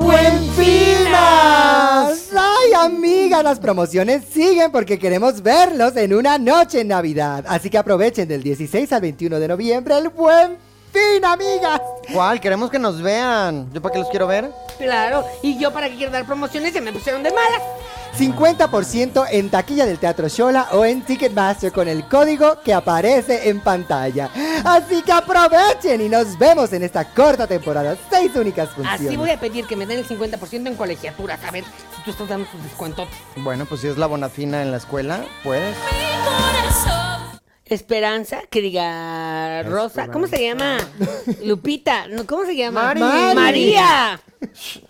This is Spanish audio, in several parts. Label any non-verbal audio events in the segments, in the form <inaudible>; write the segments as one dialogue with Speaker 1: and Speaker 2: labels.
Speaker 1: ¡Buen finas! ¡Ay, amiga! Las promociones siguen porque queremos verlos en una noche en Navidad. Así que aprovechen del 16 al 21 de noviembre el Buen Fin, amigas.
Speaker 2: ¿Cuál? Queremos que nos vean. ¿Yo para qué los quiero ver?
Speaker 3: Claro, y yo para qué quiero dar promociones se me pusieron de malas.
Speaker 1: 50% en taquilla del Teatro Shola o en Ticketmaster con el código que aparece en pantalla. Así que aprovechen y nos vemos en esta corta temporada. Seis únicas funciones.
Speaker 3: Así voy a pedir que me den el 50% en colegiatura. A ver, si tú estás dando tus descuentos.
Speaker 2: Bueno, pues si es la bonafina en la escuela, pues. puedes.
Speaker 3: Esperanza, que diga Rosa, ¿cómo se <laughs> llama? Lupita, no, ¿cómo se llama?
Speaker 2: Mari.
Speaker 3: Ma- María.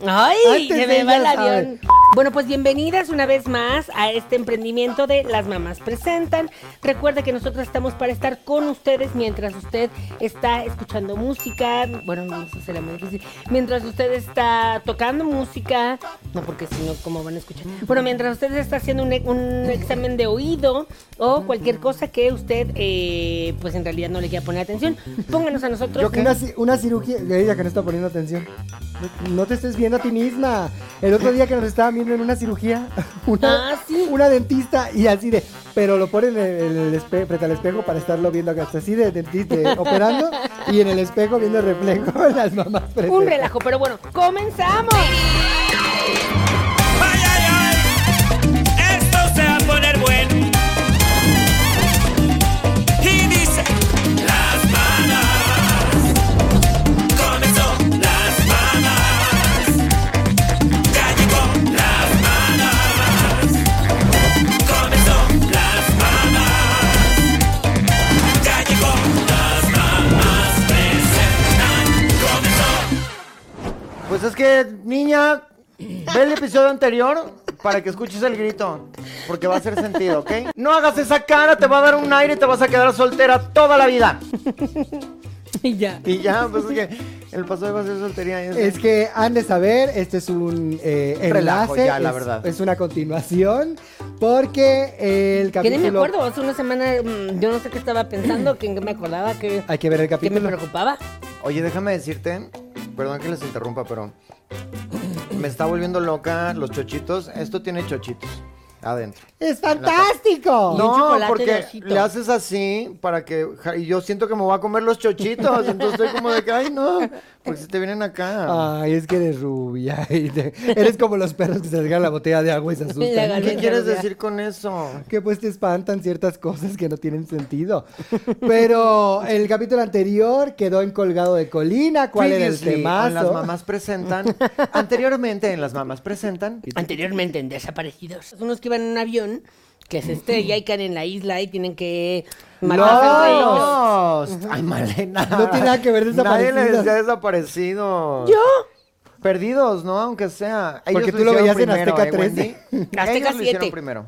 Speaker 3: Ay,
Speaker 1: Antes de
Speaker 3: se me va el
Speaker 1: ella, ay.
Speaker 3: avión. Bueno, pues bienvenidas una vez más a este emprendimiento de Las Mamás Presentan. Recuerda que nosotros estamos para estar con ustedes mientras usted está escuchando música. Bueno, no eso será muy difícil. Mientras usted está tocando música. No, porque si no, ¿cómo van a escuchar? Bueno, mientras usted está haciendo un, e- un examen de oído o cualquier cosa que usted, eh, pues en realidad no le quiera poner atención, pónganos a nosotros.
Speaker 1: Yo que una, ci- una cirugía. Ella que no está poniendo atención. No- No te estés viendo a ti misma. El otro día que nos estaban viendo en una cirugía, <laughs> una,
Speaker 3: Ah, sí.
Speaker 1: una dentista y así de. Pero lo ponen en el, en el espe- frente al espejo para estarlo viendo acá. Así de dentista de operando y en el espejo viendo el reflejo <laughs> de las mamás presentes.
Speaker 3: Un relajo, pero bueno, comenzamos.
Speaker 4: ¡Ay, ay, ay! Esto se va a poner bueno. Y dice: Las manas. Comenzó las manas. Ya llegó las manas. Comenzó las manas. Ya llegó las manas. Presentan. Comenzó.
Speaker 2: Pues es que, niña, ve el episodio anterior para que escuches el grito. Porque va a hacer sentido, ¿ok? No hagas esa cara, te va a dar un aire y te vas a quedar soltera toda la vida.
Speaker 3: <laughs> Y ya.
Speaker 2: Y ya, pues es que el paso de va a ser soltería. Es,
Speaker 1: Es que han de saber, este es un eh, enlace,
Speaker 2: Relajo, ya, la
Speaker 1: es,
Speaker 2: verdad.
Speaker 1: es una continuación, porque el
Speaker 3: Que ni
Speaker 1: capítulo...
Speaker 3: me acuerdo, hace una semana mm, yo no sé qué estaba pensando, que me acordaba, que,
Speaker 1: Hay que ver el
Speaker 3: que me
Speaker 1: capítulo.
Speaker 3: preocupaba.
Speaker 2: Oye, déjame decirte, perdón que les interrumpa, pero me está volviendo loca los chochitos. Esto tiene chochitos adentro.
Speaker 1: ¡Es fantástico!
Speaker 3: Y un
Speaker 2: No,
Speaker 3: chocolate de
Speaker 2: porque
Speaker 3: osito.
Speaker 2: le haces así para que. ja- Y yo siento que me voy a comer
Speaker 1: <laughs>
Speaker 2: los chochitos. Entonces estoy como de que, ay, no. Porque si te vienen acá.
Speaker 1: Ay, es que eres rubia. <laughs> y te- eres como los perros que se dejan la botella de
Speaker 3: <laughs>
Speaker 1: agua y se
Speaker 3: La
Speaker 1: asustan.
Speaker 3: gal-
Speaker 2: ¿Qué quieres
Speaker 3: ya.
Speaker 2: decir con eso?
Speaker 1: Que pues te espantan ciertas cosas que no tienen sentido. Pero el capítulo anterior quedó en colgado de colina. ¿Cuál era el
Speaker 2: Previously, en Las
Speaker 1: temazo?
Speaker 2: mamás presentan. Anteriormente en las mamás presentan.
Speaker 3: Anteriormente en Desaparecidos. Unos que iban en un avión que se estrella y caen en la isla y tienen que matarse entre ellos.
Speaker 2: ¡Los! ¡Ay, Malena!
Speaker 1: No tiene nada que ver
Speaker 2: Nadie le
Speaker 1: desaparecidos.
Speaker 2: decía desaparecido.
Speaker 3: ¿Yo?
Speaker 2: Perdidos, ¿no? Aunque sea.
Speaker 1: Porque tú lo
Speaker 2: hicieron
Speaker 1: veías en Azteca
Speaker 2: ¿eh, Wendy?
Speaker 1: 13.
Speaker 3: Azteca
Speaker 2: Ellos lo hicieron
Speaker 3: 7.
Speaker 2: primero.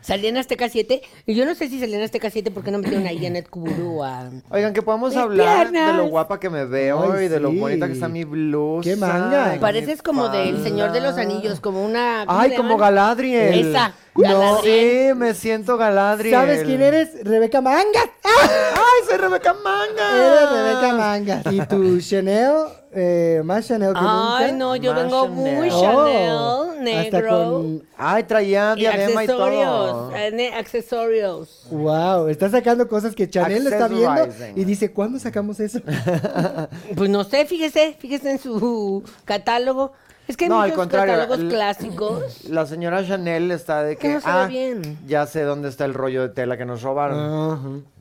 Speaker 3: Salí en Azteca 7 y yo no sé si salí en Azteca 7 porque no metieron ahí a Janet Kuburu a...
Speaker 2: Oigan, que podamos
Speaker 3: Mis
Speaker 2: hablar de lo
Speaker 3: piernas.
Speaker 2: guapa que me veo
Speaker 1: Ay,
Speaker 2: y de lo
Speaker 1: sí.
Speaker 2: bonita que está mi blusa.
Speaker 1: ¡Qué manga!
Speaker 2: y
Speaker 3: Pareces
Speaker 2: mi
Speaker 3: como del
Speaker 2: falda.
Speaker 3: Señor de los Anillos, como una... ¿cómo
Speaker 2: Ay,
Speaker 3: le
Speaker 2: como
Speaker 3: llaman?
Speaker 2: Galadriel.
Speaker 3: Esa,
Speaker 2: No,
Speaker 3: Galadriel.
Speaker 2: sí, me siento Galadriel.
Speaker 1: ¿Sabes quién eres? Rebeca Mangas. ¡Ah!
Speaker 2: ¡Ay, soy Rebeca Manga!
Speaker 3: Ah.
Speaker 1: Eres Rebeca Mangas. Y tu Chanel, eh, más Chanel que nunca.
Speaker 3: Ay, no, yo
Speaker 2: Más
Speaker 3: vengo muy
Speaker 2: Chanel.
Speaker 1: Oh,
Speaker 3: Chanel,
Speaker 1: Hasta
Speaker 3: negro.
Speaker 1: con...
Speaker 2: Ay, traía
Speaker 3: Y
Speaker 2: diadema y todo.
Speaker 3: accesorios, eh, ne- accesorios.
Speaker 1: Wow, está sacando cosas que Chanel lo está viendo
Speaker 2: Accessorizing.
Speaker 1: y dice, ¿cuándo sacamos
Speaker 2: <laughs>
Speaker 1: eso?
Speaker 3: Pues no sé, fíjese, fíjese en su catálogo. Es que hay
Speaker 2: No, al
Speaker 3: muchos
Speaker 2: contrario,
Speaker 3: catálogos
Speaker 2: l- <clears throat>
Speaker 3: clásicos.
Speaker 2: La señora Chanel está de
Speaker 3: Que
Speaker 2: que,
Speaker 3: no se ve
Speaker 2: ah,
Speaker 3: bien.
Speaker 2: ya sé dónde está el rollo de tela que nos robaron.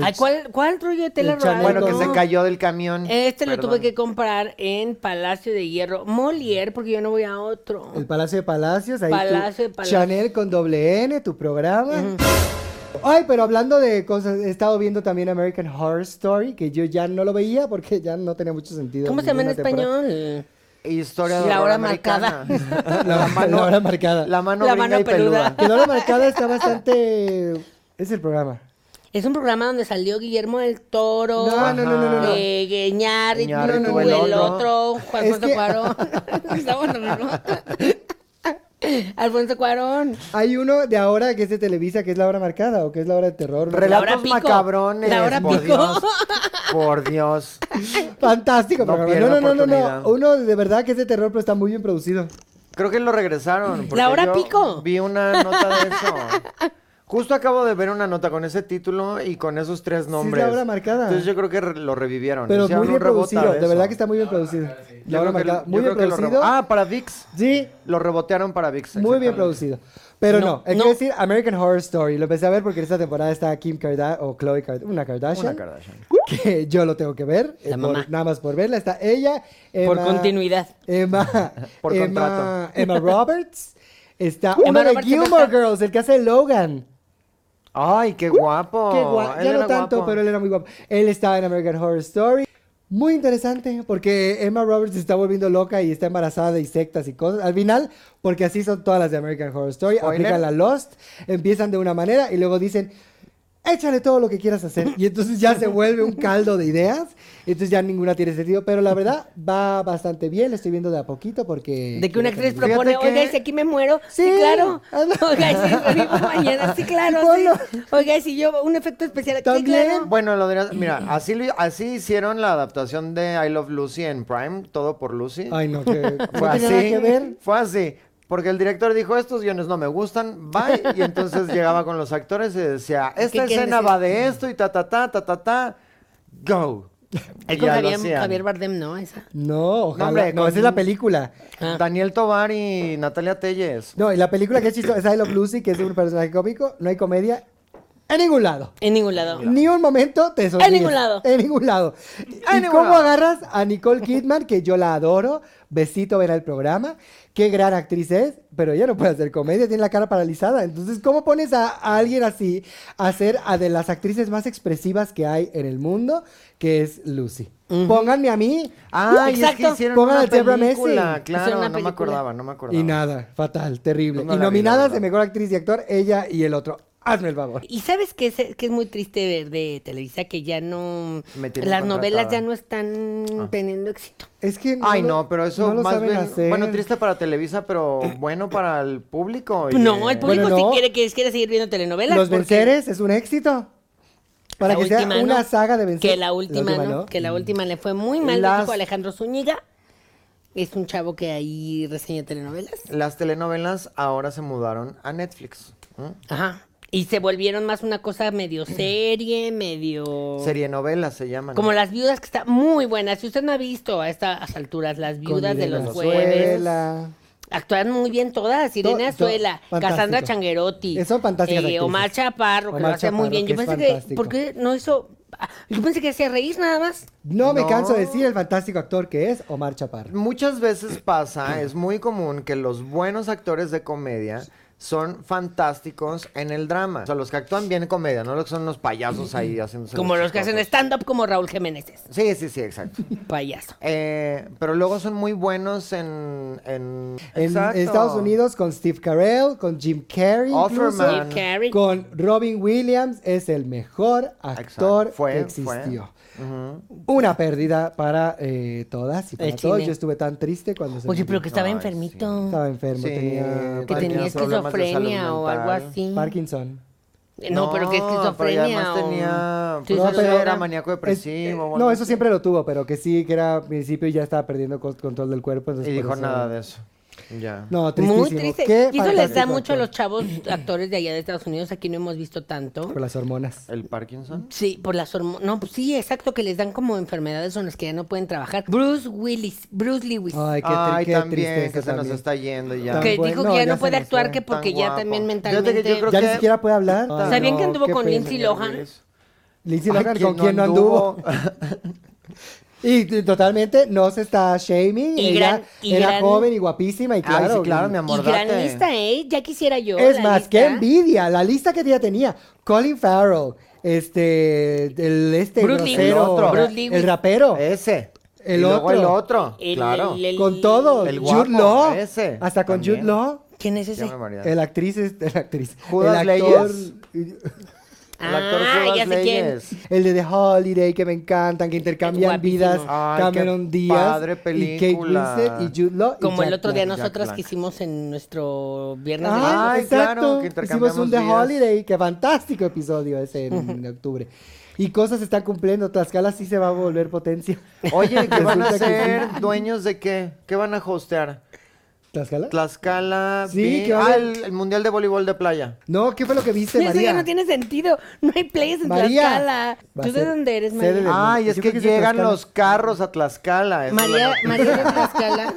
Speaker 3: Ay, ¿cuál, ¿Cuál rollo de tela
Speaker 1: el Chanel,
Speaker 3: robaron?
Speaker 2: bueno, que
Speaker 1: no.
Speaker 2: se cayó del camión.
Speaker 3: Este lo tuve
Speaker 2: Perdón.
Speaker 3: que comprar en Palacio de Hierro. Molière, porque yo no voy a otro.
Speaker 1: El Palacio de Palacios, ahí
Speaker 3: Palacio
Speaker 1: tu
Speaker 3: de Palacios.
Speaker 1: Chanel con doble N, tu programa. Ay, pero hablando de cosas, he estado viendo también American Horror Story, que yo ya no lo veía porque ya no tenía mucho sentido.
Speaker 3: ¿Cómo se llama en
Speaker 1: ninguna temporada.
Speaker 3: español?
Speaker 2: Historia de
Speaker 3: La
Speaker 2: horror
Speaker 3: hora
Speaker 2: americana.
Speaker 1: <laughs>
Speaker 3: marcada.
Speaker 1: La, la hora marcada.
Speaker 2: La mano,
Speaker 3: La
Speaker 2: la
Speaker 3: mano
Speaker 2: y peluda.
Speaker 1: Que la hora marcada está bastante... Es el programa.
Speaker 3: Es un programa donde salió Guillermo del Toro.
Speaker 1: No, no, no, no, no, no.
Speaker 3: eh, Gueñarri,
Speaker 2: Gueñarri,
Speaker 3: tú,
Speaker 2: tú, el
Speaker 3: el
Speaker 2: otro.
Speaker 3: otro, Juan <laughs>
Speaker 1: Es
Speaker 3: José
Speaker 1: que-
Speaker 3: Cuarón. Estamos en lo mismo. Alfonso Cuarón.
Speaker 1: Hay uno de ahora que es de Televisa, que es la hora marcada o que es la hora de terror.
Speaker 3: Rela- hora
Speaker 2: Relatos
Speaker 3: pico.
Speaker 2: macabrones.
Speaker 3: La hora
Speaker 2: por
Speaker 3: pico. <laughs>
Speaker 2: Dios. Por Dios.
Speaker 1: Fantástico.
Speaker 2: No
Speaker 1: programa.
Speaker 2: pierda
Speaker 1: no, no, no, no,
Speaker 2: oportunidad.
Speaker 1: no. Uno de verdad que es de terror, pero está muy bien producido.
Speaker 2: Creo que lo regresaron. porque
Speaker 3: ¿La hora
Speaker 2: yo
Speaker 3: pico?
Speaker 2: Vi una nota de eso. Justo acabo de ver una nota con ese título y con esos tres
Speaker 1: la
Speaker 2: nombres.
Speaker 1: hora marcada.
Speaker 2: Entonces yo creo que re- lo revivieron.
Speaker 1: Pero
Speaker 2: Hicieron
Speaker 1: muy bien
Speaker 2: un rebota
Speaker 1: producido. De
Speaker 2: eso.
Speaker 1: verdad que está muy bien producido.
Speaker 2: Ah, Yo
Speaker 1: La hora
Speaker 2: creo que-
Speaker 1: marcada.
Speaker 2: yo
Speaker 1: Muy bien
Speaker 2: creo que lo
Speaker 1: producido.
Speaker 2: rebo- Ah, para VIX.
Speaker 1: Sí,
Speaker 2: Lo rebotearon para VIX.
Speaker 1: Muy bien
Speaker 2: exactamente.
Speaker 1: producido. Pero no,
Speaker 3: No,
Speaker 1: hay
Speaker 3: no.
Speaker 1: que decir American Horror Story. Lo empecé a ver porque esta temporada está Kim Kardashian o Chloe Kardashian, una Kardashian.
Speaker 2: Una Kardashian.
Speaker 1: Que yo lo tengo que ver. eh,
Speaker 3: La
Speaker 1: por-
Speaker 3: mamá.
Speaker 1: nada más por verla. Está ella.
Speaker 3: Por
Speaker 1: Emma-
Speaker 3: continuidad.
Speaker 1: Emma.
Speaker 2: Por
Speaker 1: Emma,
Speaker 2: contrato.
Speaker 1: Emma Roberts. Está
Speaker 3: Emma
Speaker 1: uno de
Speaker 3: Roberts siempre
Speaker 1: Gilmore
Speaker 3: está-
Speaker 1: Girls, el que hace Logan.
Speaker 2: Ay, qué guapo.
Speaker 1: Uh, Qué guapo.
Speaker 2: Él
Speaker 1: Ya no
Speaker 2: era
Speaker 1: tanto,
Speaker 2: guapo.
Speaker 1: pero él era muy guapo. Él estaba en American Horror Story. Muy interesante, porque Emma Roberts se está volviendo loca y está embarazada de insectas y cosas. Al final, porque así son todas las de American Horror Story,
Speaker 2: Spoiler.
Speaker 1: aplican la Lost, empiezan de una manera y luego dicen, échale todo lo que quieras hacer. Y entonces ya se vuelve un caldo de ideas, entonces ya ninguna tiene sentido. Pero la verdad, va bastante bien, lo estoy viendo de a poquito porque...
Speaker 3: De que una actriz
Speaker 2: Fíjate
Speaker 3: propone,
Speaker 2: que-
Speaker 3: oiga, y si aquí me muero. Sí,
Speaker 1: Sí.
Speaker 3: claro.
Speaker 1: Hazlo.
Speaker 3: Oiga, y si
Speaker 1: <laughs>
Speaker 3: revivo mañana. Sí, claro.
Speaker 1: Ponlo.
Speaker 3: sí. Oiga, y si yo un efecto especial aquí,
Speaker 1: También.
Speaker 3: claro.
Speaker 2: Bueno, lo dirás. Mira, así, lo- así hicieron la adaptación de I Love Lucy en Prime, todo por Lucy.
Speaker 1: Ay, no,
Speaker 2: <laughs>
Speaker 1: que... no
Speaker 2: Fue
Speaker 1: tiene nada
Speaker 2: así.
Speaker 1: que ver.
Speaker 2: Fue así. Porque el director dijo, estos guiones no me gustan, bye. Y entonces llegaba con los actores y decía, esta
Speaker 3: quieres
Speaker 2: escena
Speaker 3: decir?
Speaker 2: va de esto y ta, ta, ta, ta, ta, ta, go. Y
Speaker 3: Es con
Speaker 2: ya lo
Speaker 3: Javier,
Speaker 2: hacían.
Speaker 3: Javier Bardem, ¿no? Esa.
Speaker 1: No, ojalá.
Speaker 2: hombre,
Speaker 1: no,
Speaker 2: con-
Speaker 1: esa es la película.
Speaker 3: Ah.
Speaker 2: Daniel Tovar y Natalia Telles.
Speaker 1: No, y la película que es chistosa es I Love Lucy, que es de un personaje cómico, no hay comedia en ningún lado.
Speaker 3: En ningún lado.
Speaker 1: Ni un momento te sonríes.
Speaker 3: ningún lado.
Speaker 1: En ningún lado.
Speaker 2: En
Speaker 1: ¿Y
Speaker 2: ningún
Speaker 1: cómo
Speaker 2: lado.
Speaker 1: agarras a Nicole Kidman, que yo la adoro? Besito ver al programa. Qué gran actriz es, pero ella no puede hacer comedia, tiene la cara paralizada. Entonces, ¿cómo pones a, a alguien así a ser a de las actrices más expresivas que hay en el mundo, que es Lucy? Pónganme a mí.
Speaker 2: Ah, y es que
Speaker 3: Exacto.
Speaker 2: hicieron
Speaker 1: Pongan
Speaker 2: una
Speaker 1: al Zebra
Speaker 2: película.
Speaker 1: Messi.
Speaker 2: Claro,
Speaker 3: Hicieron una
Speaker 2: no me
Speaker 3: película.
Speaker 2: acordaba, no me acordaba.
Speaker 1: Y nada, fatal, terrible.
Speaker 2: No la
Speaker 1: y
Speaker 2: vi, la
Speaker 1: nominadas
Speaker 2: verdad.
Speaker 1: de mejor actriz y actor, ella y el otro. Hazme el favor.
Speaker 3: Y sabes que es, que es muy triste ver de Televisa que ya no.
Speaker 2: Me tienen
Speaker 3: Las novelas
Speaker 2: contratada. Ah.
Speaker 3: ya no están teniendo éxito.
Speaker 1: Es que
Speaker 2: Ay,
Speaker 1: lo-
Speaker 2: no, pero eso
Speaker 1: no lo
Speaker 2: más
Speaker 1: saben
Speaker 2: bien,
Speaker 1: hacer.
Speaker 2: bueno, triste para Televisa,
Speaker 3: <clears throat>
Speaker 2: pero bueno para el público. oye.
Speaker 3: No, el público
Speaker 1: Bueno,
Speaker 3: sí
Speaker 1: no.
Speaker 3: quiere, que, quiere seguir viendo telenovelas.
Speaker 1: Los
Speaker 3: porque
Speaker 1: venceres es un éxito. Para
Speaker 3: la
Speaker 1: que sea
Speaker 3: última no.
Speaker 1: una saga de venceres.
Speaker 3: Que la última, no, Que
Speaker 2: Mm.
Speaker 3: la última le fue muy mal,
Speaker 2: Las-
Speaker 3: dijo Alejandro Zúñiga. Es un chavo que ahí reseña telenovelas.
Speaker 2: Las telenovelas ahora se mudaron a Netflix. ¿m?
Speaker 3: Ajá. Y se volvieron más una cosa medio serie, medio...
Speaker 2: Serie novelas se llaman.
Speaker 3: Como las viudas, que está muy buena. Si usted no ha visto a estas alturas las viudas de los jueves, actúan muy bien todas. Irene
Speaker 1: To-
Speaker 3: Azuela,
Speaker 1: to-
Speaker 3: Cassandra
Speaker 1: fantástico.
Speaker 3: Changuerotti.
Speaker 1: Eh, son fantásticas actrices.
Speaker 3: Omar Chaparro, que
Speaker 1: Omar
Speaker 3: lo hacía muy
Speaker 1: Chaparro,
Speaker 3: bien. Yo
Speaker 1: que es
Speaker 3: pensé que...
Speaker 1: fantástico.
Speaker 3: ¿Por qué no hizo...? ah, Yo pensé que hacía reír nada más.
Speaker 1: No me
Speaker 2: No.
Speaker 1: canso de decir el fantástico actor que es Omar Chaparro.
Speaker 2: Muchas veces pasa, es muy común que los buenos actores de comedia son fantásticos en el drama. O sea, los que actúan bien en comedia, no los que son los payasos ahí haciéndose.
Speaker 3: Como los que hacen este-
Speaker 2: chistosos.
Speaker 3: stand-up como Raúl Jiménez.
Speaker 2: Sí, sí, sí,
Speaker 3: <laughs>
Speaker 2: exacto.
Speaker 3: Payaso.
Speaker 2: Eh, pero luego son muy buenos en... En,
Speaker 1: En
Speaker 2: Exacto.
Speaker 1: Estados Unidos con Steve Carell, con Jim Carrey, incluso,
Speaker 2: Offerman.
Speaker 3: Jim Carrey.
Speaker 1: con Robin Williams, es el mejor actor
Speaker 2: Exacto. Fue,
Speaker 1: que
Speaker 2: fue.
Speaker 1: existió. Una pérdida para eh, todas y para
Speaker 3: El
Speaker 1: todos.
Speaker 3: cine.
Speaker 1: Yo estuve tan triste cuando se
Speaker 3: Oye,
Speaker 1: murió.
Speaker 3: pero que estaba
Speaker 2: Ay,
Speaker 3: enfermito.
Speaker 1: estaba enfermo,
Speaker 2: Sí,
Speaker 1: tenía
Speaker 2: que
Speaker 3: Que
Speaker 2: Parkinson,
Speaker 3: tenía
Speaker 2: problemas de salud
Speaker 3: esquizofrenia o algo
Speaker 2: mental.
Speaker 3: así.
Speaker 1: Parkinson.
Speaker 3: No, pero que esquizofrenia.
Speaker 2: Pero y además
Speaker 3: o-
Speaker 2: tenía...
Speaker 3: Sí,
Speaker 2: pues, no
Speaker 3: eso
Speaker 2: sé,
Speaker 1: pero-
Speaker 2: era maníaco depresivo.
Speaker 1: Es- eh,
Speaker 2: o
Speaker 1: no,
Speaker 2: algo
Speaker 1: eso
Speaker 2: así.
Speaker 1: siempre lo tuvo, pero que sí, que era al principio y ya estaba perdiendo co- control del cuerpo.
Speaker 2: Y
Speaker 1: Entonces
Speaker 2: dijo nada de eso. Ya.
Speaker 1: No, tristísimo.
Speaker 3: Muy triste.
Speaker 1: Qué
Speaker 3: Y eso les da
Speaker 1: fantástico
Speaker 3: mucho a los
Speaker 1: actor.
Speaker 3: chavos actores de allá de Estados Unidos. Aquí no hemos visto tanto.
Speaker 1: Con las hormonas.
Speaker 2: ¿El Parkinson?
Speaker 3: Sí, por las hormonas. No, pues sí, exacto, que les dan como enfermedades son las que ya no pueden trabajar. Bruce Willis, Bruce Lewis,
Speaker 1: Ay, qué, tri-
Speaker 2: Ay,
Speaker 1: qué
Speaker 2: también,
Speaker 1: tristeza
Speaker 2: que se nos
Speaker 1: también.
Speaker 2: está yendo ya.
Speaker 1: tan
Speaker 3: que
Speaker 1: bueno,
Speaker 3: dijo que ya
Speaker 1: ya
Speaker 3: no
Speaker 1: se
Speaker 3: puede
Speaker 1: nos
Speaker 3: actuar
Speaker 1: fue,
Speaker 3: que porque
Speaker 2: tan
Speaker 3: ya
Speaker 2: guapo.
Speaker 3: también
Speaker 2: Fíjate que
Speaker 3: mentalmente.
Speaker 2: yo creo
Speaker 1: Ya
Speaker 2: que-
Speaker 1: ni siquiera puede hablar.
Speaker 2: Ay,
Speaker 3: ¿Sabían que
Speaker 1: Ah, no,
Speaker 3: anduvo
Speaker 1: qué
Speaker 3: con
Speaker 1: pena.
Speaker 3: Lindsay Lohan?
Speaker 1: Lindsay
Speaker 2: Ay,
Speaker 1: Lohan, ¿con quién no anduvo?
Speaker 2: <laughs>
Speaker 1: Y t- totalmente no se está shaming.
Speaker 3: Y
Speaker 1: Ella
Speaker 3: gran- y
Speaker 1: era
Speaker 3: gran- Ah,
Speaker 1: joven y guapísima y claro.
Speaker 2: Ay, sí, claro,
Speaker 1: y-
Speaker 2: mi amor,
Speaker 3: Y gran
Speaker 2: date.
Speaker 3: lista, ¿eh? Ya quisiera yo.
Speaker 1: Es
Speaker 3: la
Speaker 1: más,
Speaker 3: lista.
Speaker 1: qué envidia. La lista que ella tenía. Colin Farrell, este, el este
Speaker 3: Bruce Lee.
Speaker 1: grosero,
Speaker 2: El otro.
Speaker 3: Bruce Lee.
Speaker 1: el rapero,
Speaker 2: Ese.
Speaker 1: El
Speaker 2: Y luego
Speaker 1: otro.
Speaker 2: el otro.
Speaker 3: ¿eh? El-
Speaker 2: claro.
Speaker 3: el- el-
Speaker 1: con todo,
Speaker 2: el guapo,
Speaker 1: Jude Law,
Speaker 2: ese,
Speaker 1: hasta con
Speaker 2: también.
Speaker 1: Jude Law,
Speaker 3: ¿Quién es ese?
Speaker 2: Ya me mareé.
Speaker 1: el actriz, es- el actriz,
Speaker 2: Judas
Speaker 1: el actor,
Speaker 2: Leyes. El actor que
Speaker 3: Ah,
Speaker 2: las
Speaker 3: ya sé quién.
Speaker 2: leyes.
Speaker 1: El de The Holiday, que me encantan, que intercambian
Speaker 3: Guapísimo.
Speaker 1: vidas.
Speaker 2: Ay,
Speaker 1: Cameron
Speaker 2: qué
Speaker 1: Díaz.
Speaker 2: padre
Speaker 1: Y Kate
Speaker 2: película.
Speaker 1: Winslet y Jude Law. y
Speaker 3: Como el
Speaker 1: Jack
Speaker 3: otro día
Speaker 1: Black.
Speaker 2: Jack
Speaker 3: nosotras
Speaker 2: Black.
Speaker 3: que hicimos en nuestro viernes de
Speaker 1: Ah,
Speaker 2: Ay,
Speaker 1: exacto.
Speaker 2: claro, que
Speaker 1: Hicimos un
Speaker 2: intercambiamos
Speaker 1: The
Speaker 2: vidas.
Speaker 1: Holiday, que fantástico episodio ese en, en octubre. Y cosas se están cumpliendo. Tlaxcala sí se va a volver potencia.
Speaker 2: <laughs> Oye, ¿qué van a
Speaker 1: Resulta que
Speaker 2: ser dueños de qué? ¿Qué van a hostear?
Speaker 1: ¿Tlaxcala?
Speaker 2: Tlaxcala,
Speaker 1: Sí,
Speaker 2: Vi-
Speaker 1: que va a
Speaker 2: ah,
Speaker 1: haber-
Speaker 2: el, el mundial de voleibol de playa.
Speaker 1: No, ¿qué fue lo que viste,
Speaker 3: Eso
Speaker 1: María?
Speaker 3: ya no tiene sentido. No hay playas en
Speaker 1: María.
Speaker 3: Tlaxcala.
Speaker 1: Va a
Speaker 3: ¿Tú de
Speaker 1: ser
Speaker 3: dónde eres,
Speaker 1: sede
Speaker 3: María?
Speaker 1: del-
Speaker 2: Ay, es
Speaker 1: yo
Speaker 2: que
Speaker 1: creo que es de
Speaker 2: llegan
Speaker 1: Tlaxcala.
Speaker 2: los carros a Tlaxcala. esa es la
Speaker 3: María,
Speaker 2: noticia.
Speaker 3: María de Tlaxcala,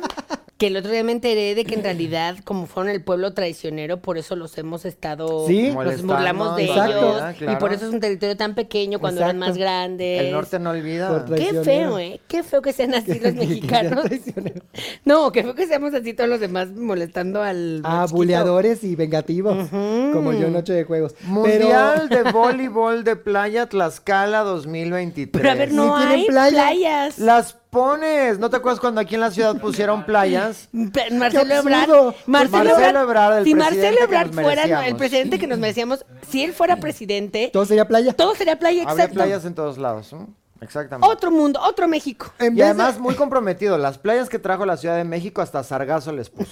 Speaker 3: que el otro día me enteré de que en realidad, como fueron el pueblo traicionero, por eso los hemos estado,
Speaker 1: <laughs> Sí.
Speaker 3: nos
Speaker 2: Molestando,
Speaker 3: burlamos de
Speaker 1: Exacto.
Speaker 3: ellos,
Speaker 2: Ah,
Speaker 3: y
Speaker 2: claro.
Speaker 3: por eso es un territorio tan pequeño cuando eran
Speaker 1: Exacto.
Speaker 3: más grandes.
Speaker 2: El norte no olvida.
Speaker 1: Por
Speaker 3: Qué
Speaker 1: traicionero.
Speaker 3: feo, ¿eh? Qué feo que
Speaker 1: <laughs>
Speaker 3: sean así los mexicanos.
Speaker 1: traicionero.
Speaker 3: No, qué feo que seamos así todos los demás molestando al...
Speaker 1: Ah,
Speaker 3: más chiquito.
Speaker 1: buleadores y vengativos. Como yo en Noche de Juegos.
Speaker 2: Mundial de voleibol de playa
Speaker 3: <laughs>
Speaker 2: Tlaxcala 2023.
Speaker 3: Pero a ver, no
Speaker 1: tienen
Speaker 3: hay
Speaker 1: playa.
Speaker 3: playas.
Speaker 2: Las pones. ¿No te acuerdas cuando aquí en la ciudad pusieron
Speaker 3: <laughs>
Speaker 2: playas?
Speaker 3: Pe- Marcelo
Speaker 1: absurdo.
Speaker 3: Ebrard, Marcelo,
Speaker 2: Marcelo
Speaker 3: Ebrard-
Speaker 2: Ebrard, el
Speaker 3: si
Speaker 2: presidente
Speaker 3: Marcelo
Speaker 2: que
Speaker 3: Ebrard
Speaker 2: nos
Speaker 3: fuera no, el
Speaker 2: merecíamos.
Speaker 3: presidente que nos merecíamos, si él fuera presidente,
Speaker 1: <laughs> Todo sería playa.
Speaker 3: todo sería playa,
Speaker 2: Había
Speaker 3: exacto.
Speaker 2: playas en todos lados. ¿no? Exactamente.
Speaker 3: Otro mundo, otro México.
Speaker 1: En
Speaker 2: y
Speaker 1: vez de-
Speaker 2: además muy comprometido. Las playas que trajo la Ciudad de México hasta Sargazo les
Speaker 3: <laughs>
Speaker 2: puso.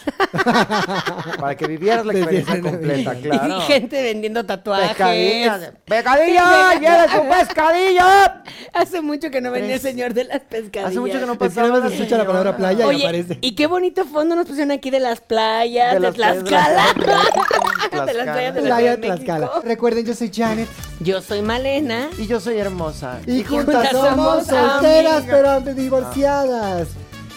Speaker 2: Para que vivieras la
Speaker 1: Te
Speaker 2: experiencia
Speaker 1: tienen ahí.
Speaker 2: completa, claro.
Speaker 3: Y <laughs> gente vendiendo tatuajes.
Speaker 2: Pescadilla. ¡Pescadilla! ¡Lleves tu pescadilla!
Speaker 3: Hace mucho que no venía el
Speaker 2: Tres.
Speaker 3: señor de las pescadillas.
Speaker 2: Hace mucho que no
Speaker 1: Es que nada
Speaker 2: pasaba.
Speaker 1: más escucha la palabra playa. ya
Speaker 3: Oye,
Speaker 1: aparece.
Speaker 3: y qué bonito fondo nos pusieron aquí de las playas, de,
Speaker 2: las
Speaker 3: Tlaxcala.
Speaker 2: De
Speaker 3: <laughs> De las playas de la
Speaker 1: Playa de
Speaker 3: Ciudad de
Speaker 1: Tlaxcala.
Speaker 3: México.
Speaker 1: Recuerden, yo soy Janet.
Speaker 3: Yo soy Malena.
Speaker 2: Y yo soy hermosa.
Speaker 1: Y juntas
Speaker 3: juntas
Speaker 1: somos
Speaker 3: somos
Speaker 1: solteras,
Speaker 2: amigas.
Speaker 1: pero antes divorciadas.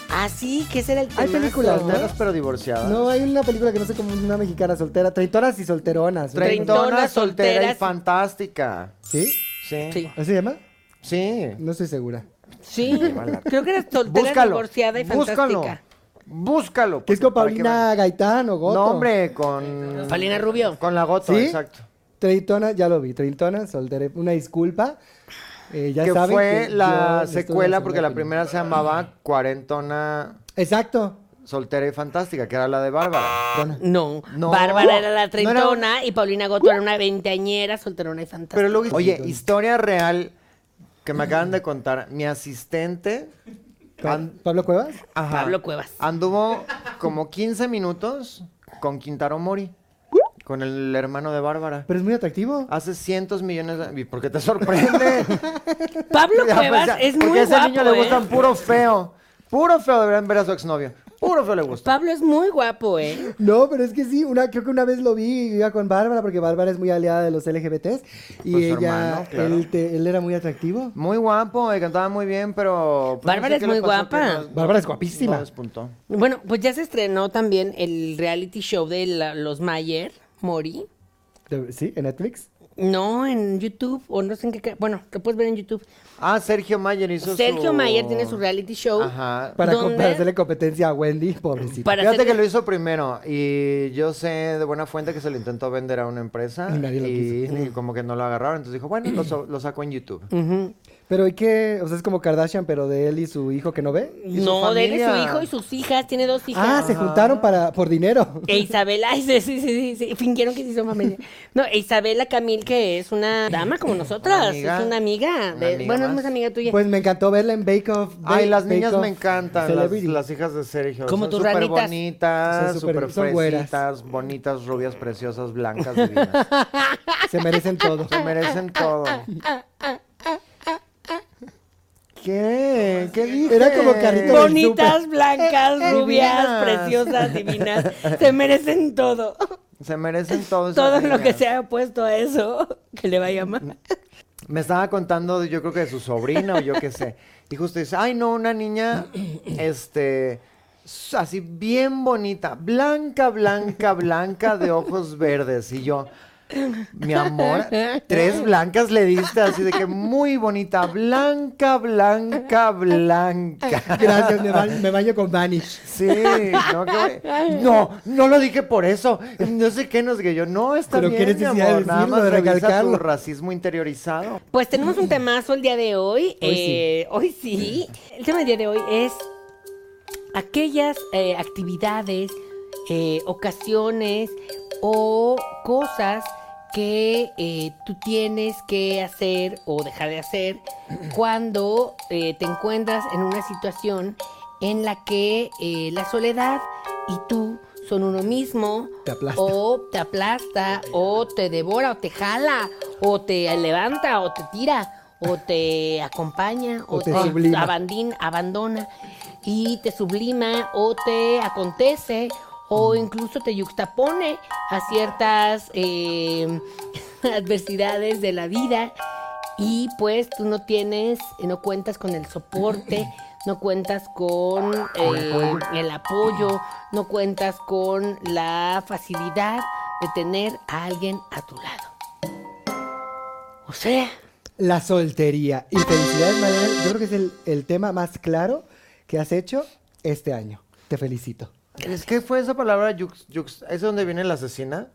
Speaker 3: Así que Ah, será el tema.
Speaker 1: Hay películas, ¿no?
Speaker 2: Solteras pero divorciadas.
Speaker 1: No, hay una película que no sé como una mexicana soltera. Traitoras y solteronas. ¿no?
Speaker 2: Treintona,
Speaker 3: Treintonas,
Speaker 2: soltera y
Speaker 3: solteras.
Speaker 2: fantástica.
Speaker 1: ¿Sí?
Speaker 2: Sí.
Speaker 3: Sí.
Speaker 1: ¿Así se llama?
Speaker 2: Sí.
Speaker 1: No estoy segura.
Speaker 3: Sí, creo que eres soltera,
Speaker 2: Búscalo.
Speaker 3: divorciada y
Speaker 2: Búscalo.
Speaker 3: fantástica.
Speaker 2: Búscalo.
Speaker 1: Que es con
Speaker 2: porque para que
Speaker 1: Paulina
Speaker 2: vean.
Speaker 1: Gaitán o Goto.
Speaker 2: No, hombre, con.
Speaker 3: Paulina Rubio.
Speaker 2: Con la gota,
Speaker 1: ¿Sí?
Speaker 2: exacto.
Speaker 1: Treintona, ya lo vi. Treintona, soltera. Una disculpa. Eh, ya
Speaker 2: que
Speaker 1: saben
Speaker 2: fue
Speaker 1: que yo
Speaker 2: la
Speaker 1: estoy en
Speaker 2: secuela,
Speaker 1: segunda
Speaker 2: porque la
Speaker 1: opinión.
Speaker 2: primera se llamaba Cuarentona
Speaker 1: Exacto.
Speaker 2: Soltera y Fantástica, que era la de Bárbara.
Speaker 1: Dona.
Speaker 3: No.
Speaker 2: No.
Speaker 3: Bárbara era la
Speaker 2: No era-
Speaker 3: treintona y Paulina Goto era una veinteañera, solterona y fantástica.
Speaker 2: Pero luego, oye, historia real que me acaban de contar. Mi asistente
Speaker 1: Pa- ¿Pablo Cuevas?
Speaker 2: ajá,
Speaker 3: Pablo Cuevas.
Speaker 2: anduvo como 15 minutos con Quintaro Mori, con el hermano de Bárbara.
Speaker 1: Pero es muy atractivo.
Speaker 2: Hace cientos millones de... ¿Y ¿Por qué te sorprende?
Speaker 3: <laughs> Pablo
Speaker 2: <laughs> Ya, pues,
Speaker 3: Cuevas
Speaker 2: ya,
Speaker 3: es
Speaker 2: porque
Speaker 3: muy
Speaker 2: a ese
Speaker 3: guapo.
Speaker 2: niño le
Speaker 3: ¿eh?
Speaker 2: gustan puro feo. Puro feo deberían ver a su exnovio. Puro feo le gusta.
Speaker 3: Pablo es muy guapo, ¿eh?
Speaker 1: No, pero es que sí, una, creo que una vez lo vi iba con Bárbara, porque Bárbara es muy aliada de los LGBTs. Y
Speaker 2: Pues su
Speaker 1: ella,
Speaker 2: hermano, claro.
Speaker 1: él, te- él era muy atractivo.
Speaker 2: Muy guapo, eh, cantaba muy bien, pero... pues,
Speaker 3: Bárbara es
Speaker 2: qué le
Speaker 3: muy
Speaker 2: pasó,
Speaker 3: guapa.
Speaker 2: que
Speaker 1: Bárbara es guapísima.
Speaker 2: No despuntó.
Speaker 3: Bueno, pues ya se estrenó también el reality show de la- los Mayer, Mori.
Speaker 1: De- ¿Sí? ¿En Netflix?
Speaker 3: No, en YouTube, o no sé en qué. ca- Bueno, lo puedes ver en YouTube.
Speaker 2: Ah, Sergio Mayer hizo
Speaker 3: Sergio
Speaker 2: su-
Speaker 3: Mayer tiene su reality show.
Speaker 2: Ajá.
Speaker 1: Para, co-
Speaker 3: ¿Dónde?
Speaker 1: para hacerle competencia a Wendy, pobrecita.
Speaker 3: Para
Speaker 2: Fíjate
Speaker 3: hacer-
Speaker 2: que lo hizo primero y yo sé de buena fuente que se lo intentó vender a una empresa
Speaker 1: Y nadie lo
Speaker 2: y, y como que no lo agarraron, entonces dijo, bueno, lo, so- lo saco en YouTube.
Speaker 1: Pero ¿y qué? O sea, es como Kardashian, pero de él y su hijo que no ve.
Speaker 2: y su
Speaker 3: No, de él y su
Speaker 2: familia.
Speaker 3: hijo y sus hijas, tiene dos hijas.
Speaker 1: Ah, se juntaron para por dinero.
Speaker 3: E Isabela, <laughs> ay, sí, sí, sí, sí, sí, fingieron que sí son familia. No, e Isabela Camil, que es una dama como nosotras,
Speaker 2: Una amiga.
Speaker 3: es una amiga. de-
Speaker 2: Una amiga
Speaker 3: bueno, es
Speaker 2: más.
Speaker 3: más amiga tuya.
Speaker 1: Pues me encantó verla en Bake Off.
Speaker 2: Ay,
Speaker 1: Bake-
Speaker 2: las
Speaker 1: Bake
Speaker 2: niñas
Speaker 1: Off
Speaker 2: me encantan, las,
Speaker 1: Celebrity.
Speaker 2: las hijas de Sergio.
Speaker 3: Como
Speaker 2: son
Speaker 3: tus
Speaker 2: súper
Speaker 3: ranitas.
Speaker 1: Son
Speaker 2: bonitas,
Speaker 1: súper-
Speaker 2: súper
Speaker 1: son güeras.
Speaker 2: fresitas, bonitas, rubias, preciosas, blancas, divinas.
Speaker 1: Se merecen todo.
Speaker 2: Se merecen todo. ¿Qué? ¿Qué dije?
Speaker 1: Era como Carlitos del
Speaker 3: Bonitas, blancas,
Speaker 2: eh,
Speaker 3: rubias,
Speaker 2: divinas. <laughs>
Speaker 3: preciosas, divinas. Se merecen todo.
Speaker 2: Se merecen todo. esas
Speaker 3: Todo lo
Speaker 2: niñas.
Speaker 3: que se ha opuesto a eso, <laughs> que le vaya mal.
Speaker 2: Me estaba contando, yo creo que de su sobrina o yo qué sé. Y justo dice, ay no, una niña, este, s- así bien bonita, blanca, blanca, blanca, de ojos verdes. Y yo, mi amor, tres blancas le diste así de que muy bonita, blanca, blanca, blanca.
Speaker 1: Gracias, me, ba- me baño con Vanish.
Speaker 2: Sí, no, que- no, no lo dije por eso. No sé qué, no sé qué. Yo, no, está
Speaker 1: Pero qué
Speaker 2: bien, mi
Speaker 1: necesidad
Speaker 2: amor.
Speaker 1: de
Speaker 2: Nada
Speaker 1: decirlo,
Speaker 2: más
Speaker 1: de
Speaker 2: revisa tu
Speaker 1: recalcarlo.
Speaker 2: racismo interiorizado.
Speaker 3: Pues tenemos un temazo el día de hoy.
Speaker 1: Hoy
Speaker 3: Eh, Hoy sí. El tema del día de hoy es aquellas eh, actividades, eh, ocasiones o cosas que eh, tú tienes que hacer o dejar
Speaker 1: <clears throat>
Speaker 3: de hacer cuando eh, te encuentras en una situación en la que eh, la soledad y tú son uno mismo
Speaker 1: Te aplasta.
Speaker 3: o te aplasta o te devora o te jala o te levanta o te tira o te acompaña
Speaker 1: O
Speaker 3: o,
Speaker 1: te
Speaker 3: te,
Speaker 1: sublima.
Speaker 3: abandin- abandona y te sublima o te acontece o incluso te yuxtapone a ciertas eh, <laughs> adversidades de la vida y pues tú no tienes, eh, no cuentas con el soporte, no cuentas con eh, el apoyo, no cuentas con la facilidad de tener a alguien a tu lado. O sea,
Speaker 1: La soltería. Y felicidades, Mariana. Yo creo que es el, el tema más claro que has hecho este año. Te felicito.
Speaker 2: Es que fue esa palabra yux, yux- ¿Es de donde viene la asesina?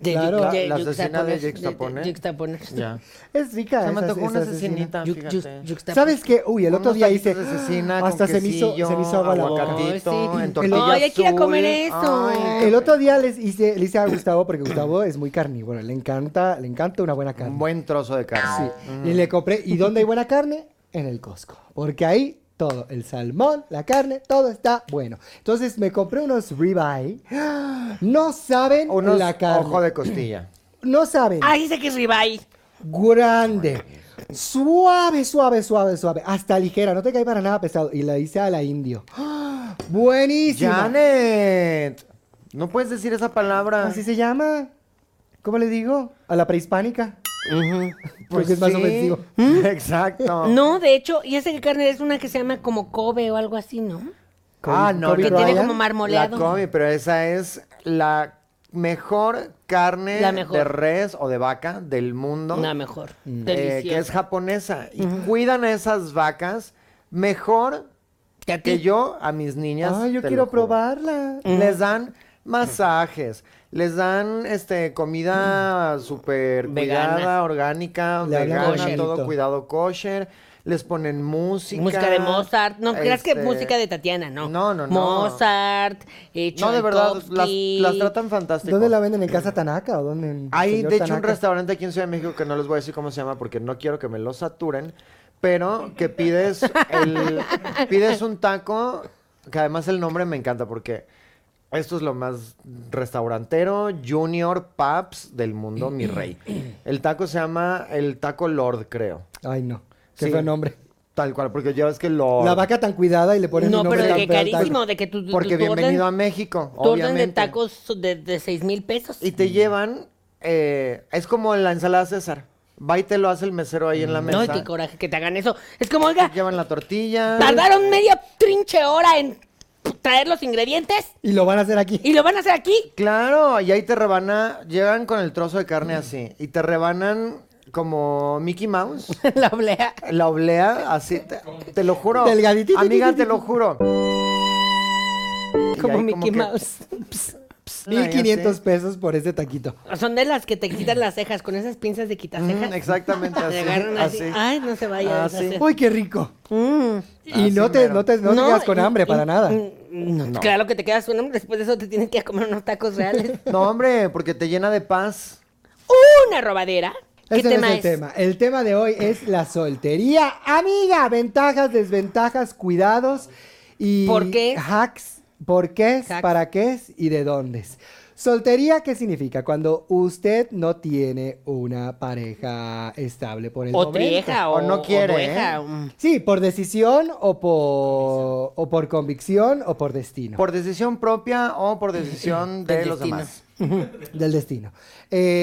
Speaker 3: de,
Speaker 1: Claro,
Speaker 3: yu-
Speaker 2: la asesina de
Speaker 3: yuxtaponer-
Speaker 2: yuxtaponer.
Speaker 3: de- de yuxtaponer.
Speaker 2: <laughs> Ya.
Speaker 1: Es rica.
Speaker 2: Se me
Speaker 1: esa-
Speaker 2: tocó una
Speaker 1: esa asesina.
Speaker 2: asesinita,
Speaker 3: Yu- yu-
Speaker 2: fíjate.
Speaker 3: yuxtaponer.
Speaker 1: ¿Sabes qué? Uy, el otro
Speaker 2: Unos
Speaker 1: día hice.
Speaker 2: taquitos de cecina
Speaker 1: Hasta
Speaker 2: con
Speaker 1: se me, hizo,
Speaker 2: quesillo,
Speaker 1: se me hizo agua la boca.
Speaker 2: aguacatito,
Speaker 3: Ay, sí.
Speaker 2: en tortilla
Speaker 3: Ay, hay que ir a
Speaker 2: azul.
Speaker 3: comer eso.
Speaker 2: Ay,
Speaker 1: El otro día les hice, le hice a Gustavo, porque Gustavo es muy carnívoro. Le encanta, le encanta una buena carne.
Speaker 2: Un buen Mm. trozo de
Speaker 1: Sí.
Speaker 2: carne.
Speaker 1: Y le compré. ¿Y dónde hay buena carne? En el Costco. Porque ahí todo, el salmón, la carne, todo está bueno. Entonces me compré unos ribeye. No saben
Speaker 2: Unos
Speaker 1: la carne.
Speaker 2: ojo de costilla.
Speaker 1: No saben.
Speaker 3: Ah, dice que es ribeye.
Speaker 1: Grande. Suave, suave, suave, suave. Hasta ligera. No te cae para nada pesado. Y la hice a la indio. ¡Ah! Buenísima.
Speaker 2: Janet. No puedes decir esa palabra.
Speaker 1: Así se llama. ¿Cómo le digo? A la prehispánica. Porque es más
Speaker 2: Pues sí.
Speaker 1: ofensivo.
Speaker 2: <laughs> Exacto.
Speaker 3: No, de hecho, y esa carne es una que se llama como Kobe o algo así, ¿no?
Speaker 2: Ah, no.
Speaker 1: Kobe
Speaker 3: Que tiene
Speaker 1: Bryant.
Speaker 3: como marmoleado.
Speaker 2: La Kobe, pero esa es la mejor carne
Speaker 3: La mejor.
Speaker 2: de res o de vaca del mundo.
Speaker 3: Una mejor.
Speaker 2: eh,
Speaker 3: Deliciosa.
Speaker 2: que es japonesa. Y cuidan a esas vacas mejor
Speaker 3: Que a ti.
Speaker 2: que yo a mis niñas.
Speaker 1: Ah, yo
Speaker 2: te lo
Speaker 1: quiero
Speaker 2: juro.
Speaker 1: probarla.
Speaker 2: Les dan masajes, les dan este comida súper
Speaker 3: Vegana.
Speaker 2: cuidada, orgánica,
Speaker 1: Le hablan
Speaker 2: vegana,
Speaker 3: kosher.
Speaker 2: todo cuidado kosher. Les ponen música.
Speaker 3: Música de Mozart. No creas que
Speaker 2: este,
Speaker 3: música de Tatiana, no.
Speaker 2: No, no, no.
Speaker 3: Mozart, eh,
Speaker 2: No, de verdad, las,
Speaker 3: Tchaikovsky.
Speaker 2: las tratan fantástico.
Speaker 1: ¿Dónde la venden? ¿En casa Tanaka o dónde? en
Speaker 2: Hay,
Speaker 1: señor
Speaker 2: de hecho, un
Speaker 1: Tanaka?
Speaker 2: restaurante aquí en Ciudad de México que no les voy a decir cómo se llama porque no quiero que me lo saturen, pero que pides, el- pides un taco, que además el nombre me encanta porque esto es lo más restaurantero, junior, paps del mundo, mi rey. El taco se llama el taco Lord, creo.
Speaker 1: Ay, no. Qué
Speaker 2: Sí.
Speaker 1: fue nombre.
Speaker 2: Tal cual, porque ya ves que Lord...
Speaker 1: La vaca tan cuidada y le ponen
Speaker 3: No,
Speaker 1: un nombre
Speaker 3: pero de
Speaker 1: tan
Speaker 3: que
Speaker 1: feo al taco.
Speaker 3: carísimo, de que tu, tu-
Speaker 2: Porque
Speaker 3: tu orden-
Speaker 2: bienvenido a México,
Speaker 3: Tu orden de
Speaker 2: obviamente.
Speaker 3: tacos de, de 6 mil pesos.
Speaker 2: Y te llevan, eh, es como la ensalada César. Va y te lo hace el mesero ahí en la mesa.
Speaker 3: No, y qué coraje que te hagan eso. Es como, oiga,
Speaker 2: Llevan la tortilla.
Speaker 3: tardaron media trinche hora en traer los ingredientes
Speaker 1: Y lo van a hacer aquí.
Speaker 3: y lo van a hacer aquí. <laughs>
Speaker 2: Claro, y ahí te rebana, llegan con el trozo de carne así y te rebanan como Mickey Mouse,
Speaker 3: La oblea.
Speaker 2: la oblea así, te, te lo juro.
Speaker 1: Delgaditito.
Speaker 2: Amiga, te lo juro. Y
Speaker 3: Como
Speaker 2: ahí
Speaker 3: Mickey
Speaker 2: que-
Speaker 3: Mouse.
Speaker 2: Ah, ya
Speaker 1: 1500
Speaker 2: sé.
Speaker 1: pesos por ese taquito.
Speaker 3: Son de las que te quitan las cejas, con esas pinzas de
Speaker 2: Mm,
Speaker 3: quitacejas.
Speaker 2: exactamente así.
Speaker 3: Te agarran así.
Speaker 2: así.
Speaker 3: Ay, no se vaya a
Speaker 2: Así.
Speaker 3: deshacer.
Speaker 1: Uy, qué rico.
Speaker 3: Mm.
Speaker 1: Y
Speaker 2: Así
Speaker 1: no te,
Speaker 2: mero.
Speaker 1: no te, no te quedas con
Speaker 3: y-
Speaker 1: hambre
Speaker 3: y-
Speaker 1: para nada.
Speaker 3: mm, no, Claro que te quedas con hambre. Después de eso te tienes que ir a comer unos tacos reales.
Speaker 2: No, hombre, porque te llena de paz.
Speaker 3: Una robadera. ¿Qué
Speaker 1: Ese Este no
Speaker 3: tema
Speaker 1: es el
Speaker 3: es?
Speaker 1: tema. El tema de hoy es la soltería. Amiga, ventajas, desventajas, cuidados y
Speaker 3: ¿Por qué?
Speaker 1: hacks. ¿Por qué?
Speaker 3: Hacks.
Speaker 1: ¿Para qué? es ¿Y de dónde? es. Soltería, ¿qué significa? Cuando usted no tiene una pareja estable por el
Speaker 3: O
Speaker 1: momento.
Speaker 3: trieja o,
Speaker 2: O no quiere,
Speaker 3: o dueja,
Speaker 2: ¿eh?
Speaker 3: mm.
Speaker 1: Sí, por decisión o por, o por convicción o por destino.
Speaker 2: Por decisión propia o por
Speaker 3: <clears throat>
Speaker 2: decisión de
Speaker 3: Del
Speaker 2: los
Speaker 3: destino.
Speaker 2: demás.
Speaker 1: Del destino.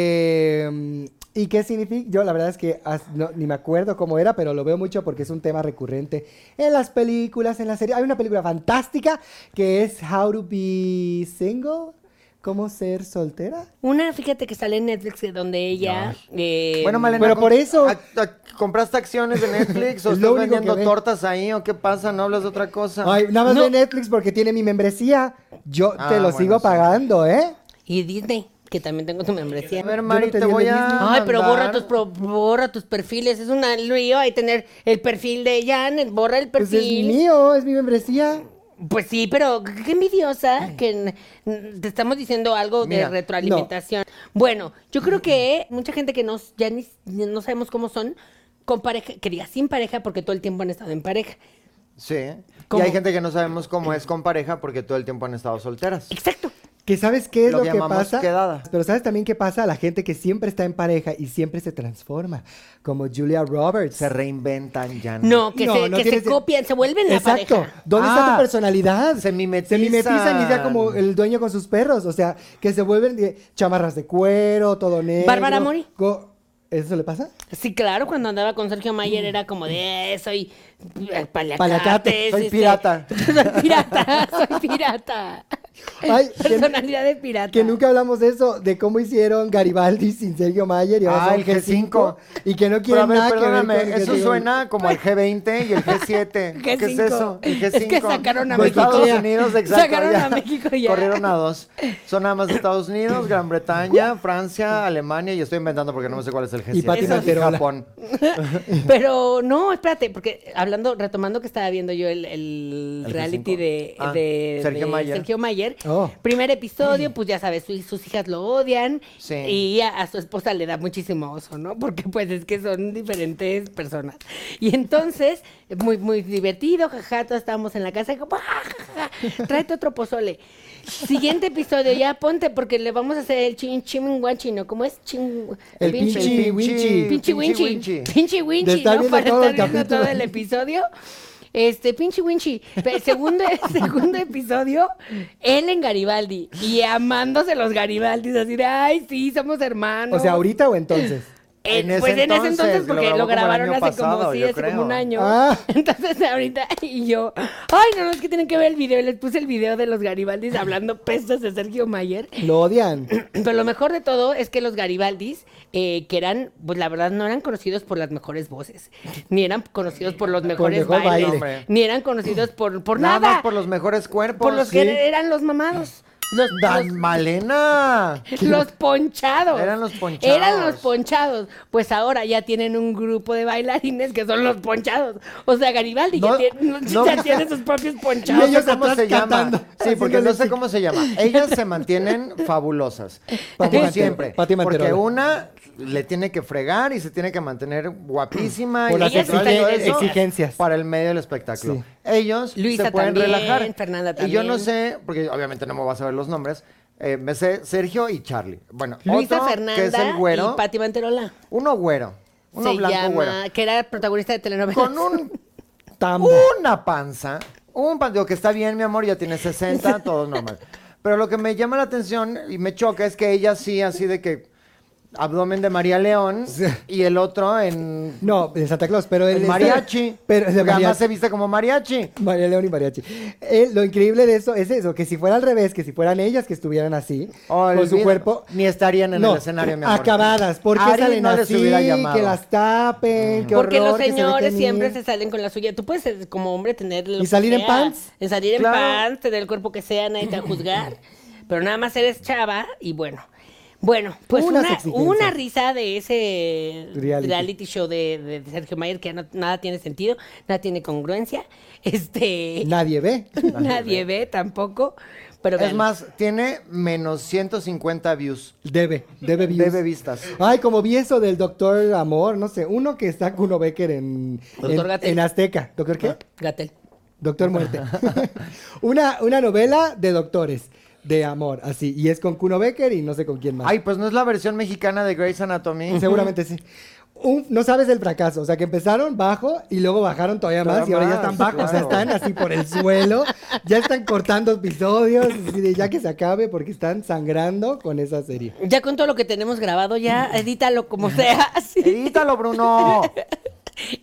Speaker 1: Eh, ¿Y qué significa? Yo la verdad es que as- no- ni me acuerdo cómo era, pero lo veo mucho porque es un tema recurrente en las películas, en las series. Hay una película fantástica que es How to Be Single. ¿Cómo ser soltera?
Speaker 3: Una, fíjate que sale en Netflix eh, donde ella. eh,
Speaker 2: Bueno, Malena,
Speaker 1: Pero
Speaker 2: ¿com-
Speaker 1: por eso-
Speaker 2: a- a- ¿compraste acciones
Speaker 1: <laughs>
Speaker 2: de Netflix o
Speaker 1: Es lo
Speaker 2: estás
Speaker 1: único que
Speaker 2: vendiendo
Speaker 1: ve.
Speaker 2: tortas ahí o qué pasa? ¿No hablas de otra cosa?
Speaker 1: Ay, nada más
Speaker 3: No.
Speaker 1: de Netflix porque tiene mi membresía. Yo
Speaker 2: Ah,
Speaker 1: te lo
Speaker 2: bueno,
Speaker 1: sigo
Speaker 2: sí.
Speaker 1: pagando, ¿eh?
Speaker 3: Y Disney, que también tengo tu membresía.
Speaker 2: A ver,
Speaker 1: no
Speaker 2: Mari, te
Speaker 1: tenía
Speaker 2: voy
Speaker 1: el
Speaker 2: a.
Speaker 1: Disney.
Speaker 3: Ay, pero borra
Speaker 2: mandar-
Speaker 3: tus, pro- borra tus perfiles. Es un lío ahí tener el perfil de Janet. Borra el
Speaker 1: Pues es
Speaker 3: perfil.
Speaker 1: mío, es mi membresía.
Speaker 3: Pues sí, pero qué envidiosa que n- n- te estamos diciendo algo
Speaker 2: Mira,
Speaker 3: de retroalimentación. Bueno, yo creo que mucha gente que nos, ya ni, ni- no sabemos cómo son, con pareja, quería sin pareja porque todo el tiempo han estado en pareja.
Speaker 2: Sí.
Speaker 3: ¿Cómo?
Speaker 2: Y hay gente que no sabemos cómo es con pareja porque todo el tiempo han estado solteras.
Speaker 3: Exacto.
Speaker 1: Que sabes qué es
Speaker 2: Lo
Speaker 1: lo, que
Speaker 2: llamamos
Speaker 1: pasa.
Speaker 2: quedada.
Speaker 1: Pero sabes también qué pasa a la gente que siempre está en pareja y siempre se transforma, como Julia Roberts.
Speaker 2: Se reinventan ya.
Speaker 3: No, que,
Speaker 1: No,
Speaker 3: se,
Speaker 1: no
Speaker 3: que se
Speaker 1: tienes-
Speaker 3: copian, se vuelven la
Speaker 1: Exacto.
Speaker 3: pareja.
Speaker 1: ¿Dónde
Speaker 2: Ah,
Speaker 1: está tu personalidad?
Speaker 2: se mimetizan.
Speaker 1: Se mimetizan y sea como el dueño con sus perros. O sea, que se vuelven de chamarras de cuero, todo negro.
Speaker 3: Bárbara Mori.
Speaker 1: go- ¿Eso le pasa?
Speaker 3: Sí, claro, cuando andaba con Sergio Mayer era como de, "Eh, soy eh, paliacate,
Speaker 1: Paliacate, soy
Speaker 3: este,
Speaker 1: pirata".
Speaker 3: <laughs> soy pirata, <laughs> soy pirata.
Speaker 1: Ay, que-
Speaker 3: Personalidad de pirata.
Speaker 1: Que nunca hablamos de eso, de cómo hicieron Garibaldi sin Sergio Mayer y ahora
Speaker 2: Ah,
Speaker 1: son
Speaker 2: el G5.
Speaker 1: Y que no
Speaker 2: Pero
Speaker 1: quieren
Speaker 2: a ver,
Speaker 1: nada que ver
Speaker 2: perdóname,
Speaker 1: con el
Speaker 2: eso
Speaker 1: G5.
Speaker 2: suena como el G20 y el G7.
Speaker 3: <laughs>
Speaker 2: ¿Qué es
Speaker 3: G5.
Speaker 2: eso? El
Speaker 3: Es
Speaker 2: G5.
Speaker 3: que sacaron a
Speaker 2: De
Speaker 1: México
Speaker 2: Estados
Speaker 1: ya.
Speaker 2: Unidos, exacto.
Speaker 3: Sacaron a México ya.
Speaker 2: Corrieron a dos. Son nada más Estados Unidos, Gran Bretaña, Francia, Alemania y estoy inventando porque no me sé cuál es el G7.
Speaker 1: Y Pati
Speaker 2: Eso-
Speaker 1: Manterola.
Speaker 2: Japón.
Speaker 3: <laughs> Pero no, espérate, porque hablando, retomando que estaba viendo yo el, el
Speaker 2: El
Speaker 3: reality
Speaker 2: G5.
Speaker 3: de,
Speaker 2: Ah,
Speaker 3: de-
Speaker 2: Sergio
Speaker 3: de
Speaker 2: Mayer.
Speaker 3: Sergio Mayer.
Speaker 1: Oh.
Speaker 3: Primer episodio, pues ya sabes, su- sus hijas lo odian
Speaker 2: Sí.
Speaker 3: y a, a su esposa le da muchísimo oso, ¿no? Porque pues es que son diferentes personas. Y entonces, muy, muy divertido, jaja, todos estábamos en la casa y como, "Ah, jaja, tráete otro pozole. Siguiente episodio, ya ponte, porque le vamos a hacer el chin chin guachino, ¿cómo es? Chin,
Speaker 1: El
Speaker 3: pinche-
Speaker 1: pinche winchi.
Speaker 3: Pinche Winchi.
Speaker 2: Winchi.
Speaker 3: Pinche Winchi,
Speaker 1: De estar
Speaker 3: ¿no?
Speaker 1: viendo
Speaker 3: Para
Speaker 1: todo el
Speaker 3: estar viendo
Speaker 1: capítulo.
Speaker 3: todo el episodio. Este, pinche Winchi. Pe- Segundo,
Speaker 2: <laughs>
Speaker 3: <laughs> segundo episodio, él en Garibaldi. Y amándose los Garibaldis, así de, ay, sí, somos hermanos.
Speaker 1: O sea, ahorita o entonces.
Speaker 3: Eh,
Speaker 2: En ese
Speaker 3: pues en ese
Speaker 2: entonces,
Speaker 3: entonces,
Speaker 2: lo
Speaker 3: porque
Speaker 2: grabó
Speaker 3: lo
Speaker 2: como el
Speaker 3: grabaron
Speaker 2: año
Speaker 3: hace como,
Speaker 2: pasado,
Speaker 3: sí,
Speaker 2: yo
Speaker 3: hace
Speaker 2: creo.
Speaker 3: como un año.
Speaker 1: Ah.
Speaker 3: <laughs> Entonces ahorita, y yo, ay, no, no, es que tienen que ver el video. Les puse el video de los Garibaldis hablando <laughs> pestes de Sergio Mayer.
Speaker 1: Lo odian.
Speaker 3: Pero lo mejor de todo es que los Garibaldis, eh, que eran, pues la verdad, no eran conocidos por las mejores voces, ni eran conocidos por los mejores
Speaker 1: mejor
Speaker 3: bailes,
Speaker 1: baile.
Speaker 2: Hombre.
Speaker 3: ni eran conocidos por, por
Speaker 2: Nada
Speaker 3: nada,
Speaker 2: más por los mejores cuerpos.
Speaker 3: por los
Speaker 2: sí.
Speaker 3: que eran los mamados, los,
Speaker 2: Dan
Speaker 3: los-
Speaker 2: Malena.
Speaker 3: los ponchados.
Speaker 2: Eran los ponchados.
Speaker 3: Eran los ponchados. Pues ahora ya tienen un grupo de bailarines que son los ponchados. O sea, Garibaldi
Speaker 2: No-
Speaker 3: ya, tiene,
Speaker 2: no
Speaker 3: <laughs> ya
Speaker 2: viste-
Speaker 3: tiene sus propios
Speaker 2: No
Speaker 1: Y
Speaker 3: ponchados.
Speaker 2: sé
Speaker 1: ellos
Speaker 2: cómo
Speaker 1: atrás <laughs>
Speaker 2: se
Speaker 1: cantando,
Speaker 2: llama. Sí, porque
Speaker 1: haciéndole
Speaker 2: no sé
Speaker 1: así.
Speaker 2: cómo se llama. Ellas se
Speaker 1: <laughs>
Speaker 2: mantienen fabulosas.
Speaker 1: Pati
Speaker 2: Como
Speaker 1: Manterola,
Speaker 2: siempre.
Speaker 1: Pati
Speaker 2: Porque
Speaker 1: Manterola.
Speaker 2: una le tiene que fregar y se tiene que mantener guapísima
Speaker 1: Por
Speaker 2: y
Speaker 1: las
Speaker 2: sensual y
Speaker 3: exige-
Speaker 2: todo eso
Speaker 1: exigencias.
Speaker 2: para el medio del espectáculo.
Speaker 1: Sí.
Speaker 2: Ellos
Speaker 3: Luisa
Speaker 2: se pueden
Speaker 3: también,
Speaker 2: relajar.
Speaker 3: Fernanda
Speaker 2: Y yo no
Speaker 3: también.
Speaker 2: sé, porque obviamente no me vas a ver los nombres. eh, me sé Sergio y Charlie. Bueno,
Speaker 3: Luisa
Speaker 2: otro
Speaker 3: Fernanda
Speaker 2: que es el güero.
Speaker 3: y Pati Manterola.
Speaker 2: Uno güero. Uno
Speaker 3: se
Speaker 2: blanco
Speaker 3: llama,
Speaker 2: güero.
Speaker 3: que era protagonista de telenovelas.
Speaker 2: Con un
Speaker 1: Tambo.
Speaker 3: Uh.
Speaker 2: una panza, un pan, digo que está bien, mi amor, ya
Speaker 1: <laughs>
Speaker 2: tiene 60, todo normal. Pero lo que me llama la atención y me choca es que ella sí, así de que abdomen de María León y el otro en
Speaker 1: No, de Santa Claus, pero el
Speaker 2: en mariachi.
Speaker 1: Este, Pero de
Speaker 2: Porque además
Speaker 1: mariachi.
Speaker 2: se viste como mariachi.
Speaker 1: María León y mariachi. Eh, lo increíble de eso es eso, que si fuera al revés, que si fueran ellas que estuvieran así, con su
Speaker 2: Olvídalo.
Speaker 1: cuerpo,
Speaker 2: Ni estarían Oh, en
Speaker 1: no,
Speaker 2: el escenario, mi amor.
Speaker 1: acabadas. ¿Por qué
Speaker 2: Ari
Speaker 1: salen
Speaker 2: no les
Speaker 1: así?
Speaker 2: hubiera llamado.
Speaker 1: Que las tapen, qué
Speaker 3: Porque
Speaker 1: horror,
Speaker 3: los
Speaker 1: que se
Speaker 3: señores
Speaker 1: dejen
Speaker 3: siempre
Speaker 1: ir.
Speaker 3: se salen con la suya. Tú puedes, eh, como hombre, tener. lo
Speaker 1: Y
Speaker 3: que
Speaker 1: salir en
Speaker 3: sea.
Speaker 1: pants.
Speaker 3: En salir en
Speaker 2: Claro.
Speaker 3: pants, tener el cuerpo que sea, nadie te va a
Speaker 1: <laughs>
Speaker 3: juzgar. Pero nada más eres chava y bueno. Bueno, pues
Speaker 1: Unas
Speaker 3: una,
Speaker 1: exigencias.
Speaker 3: una risa de ese reality,
Speaker 1: Reality.
Speaker 3: show de, de Sergio Mayer que no- nada tiene sentido, nada tiene congruencia. Este. <laughs>
Speaker 1: Nadie ve.
Speaker 3: nadie ve tampoco. Pero
Speaker 2: Es
Speaker 3: vean.
Speaker 2: más, tiene menos 150 views.
Speaker 1: Debe, debe views.
Speaker 2: Debe vistas.
Speaker 1: Ay, como vi eso del doctor Amor, no sé, uno que está Kuno Becker en,
Speaker 3: Doctor
Speaker 1: en,
Speaker 3: Gatel.
Speaker 1: en Azteca. ¿Doctor
Speaker 2: Ah.
Speaker 1: qué?
Speaker 3: Gatel.
Speaker 1: Doctor
Speaker 2: <laughs>
Speaker 1: Muerte. <laughs> una, una novela de doctores, de amor, así. Y es con Kuno Becker y no sé con quién más.
Speaker 2: Ay, pues no es la versión mexicana de Grey's Anatomy.
Speaker 1: Ah. Seguramente sí. Un- no sabes el fracaso. O sea, que empezaron bajo y luego bajaron todavía más
Speaker 2: Todavía
Speaker 1: y ahora ya
Speaker 2: más,
Speaker 1: están bajos. O sea,
Speaker 2: claro.
Speaker 1: están así por el suelo. Ya están cortando episodios. así de ya que se acabe porque están sangrando con esa serie.
Speaker 3: Ya con todo lo que tenemos
Speaker 1: <laughs>
Speaker 3: grabado, ya edítalo como sea. <laughs> sí.
Speaker 2: Edítalo, Bruno.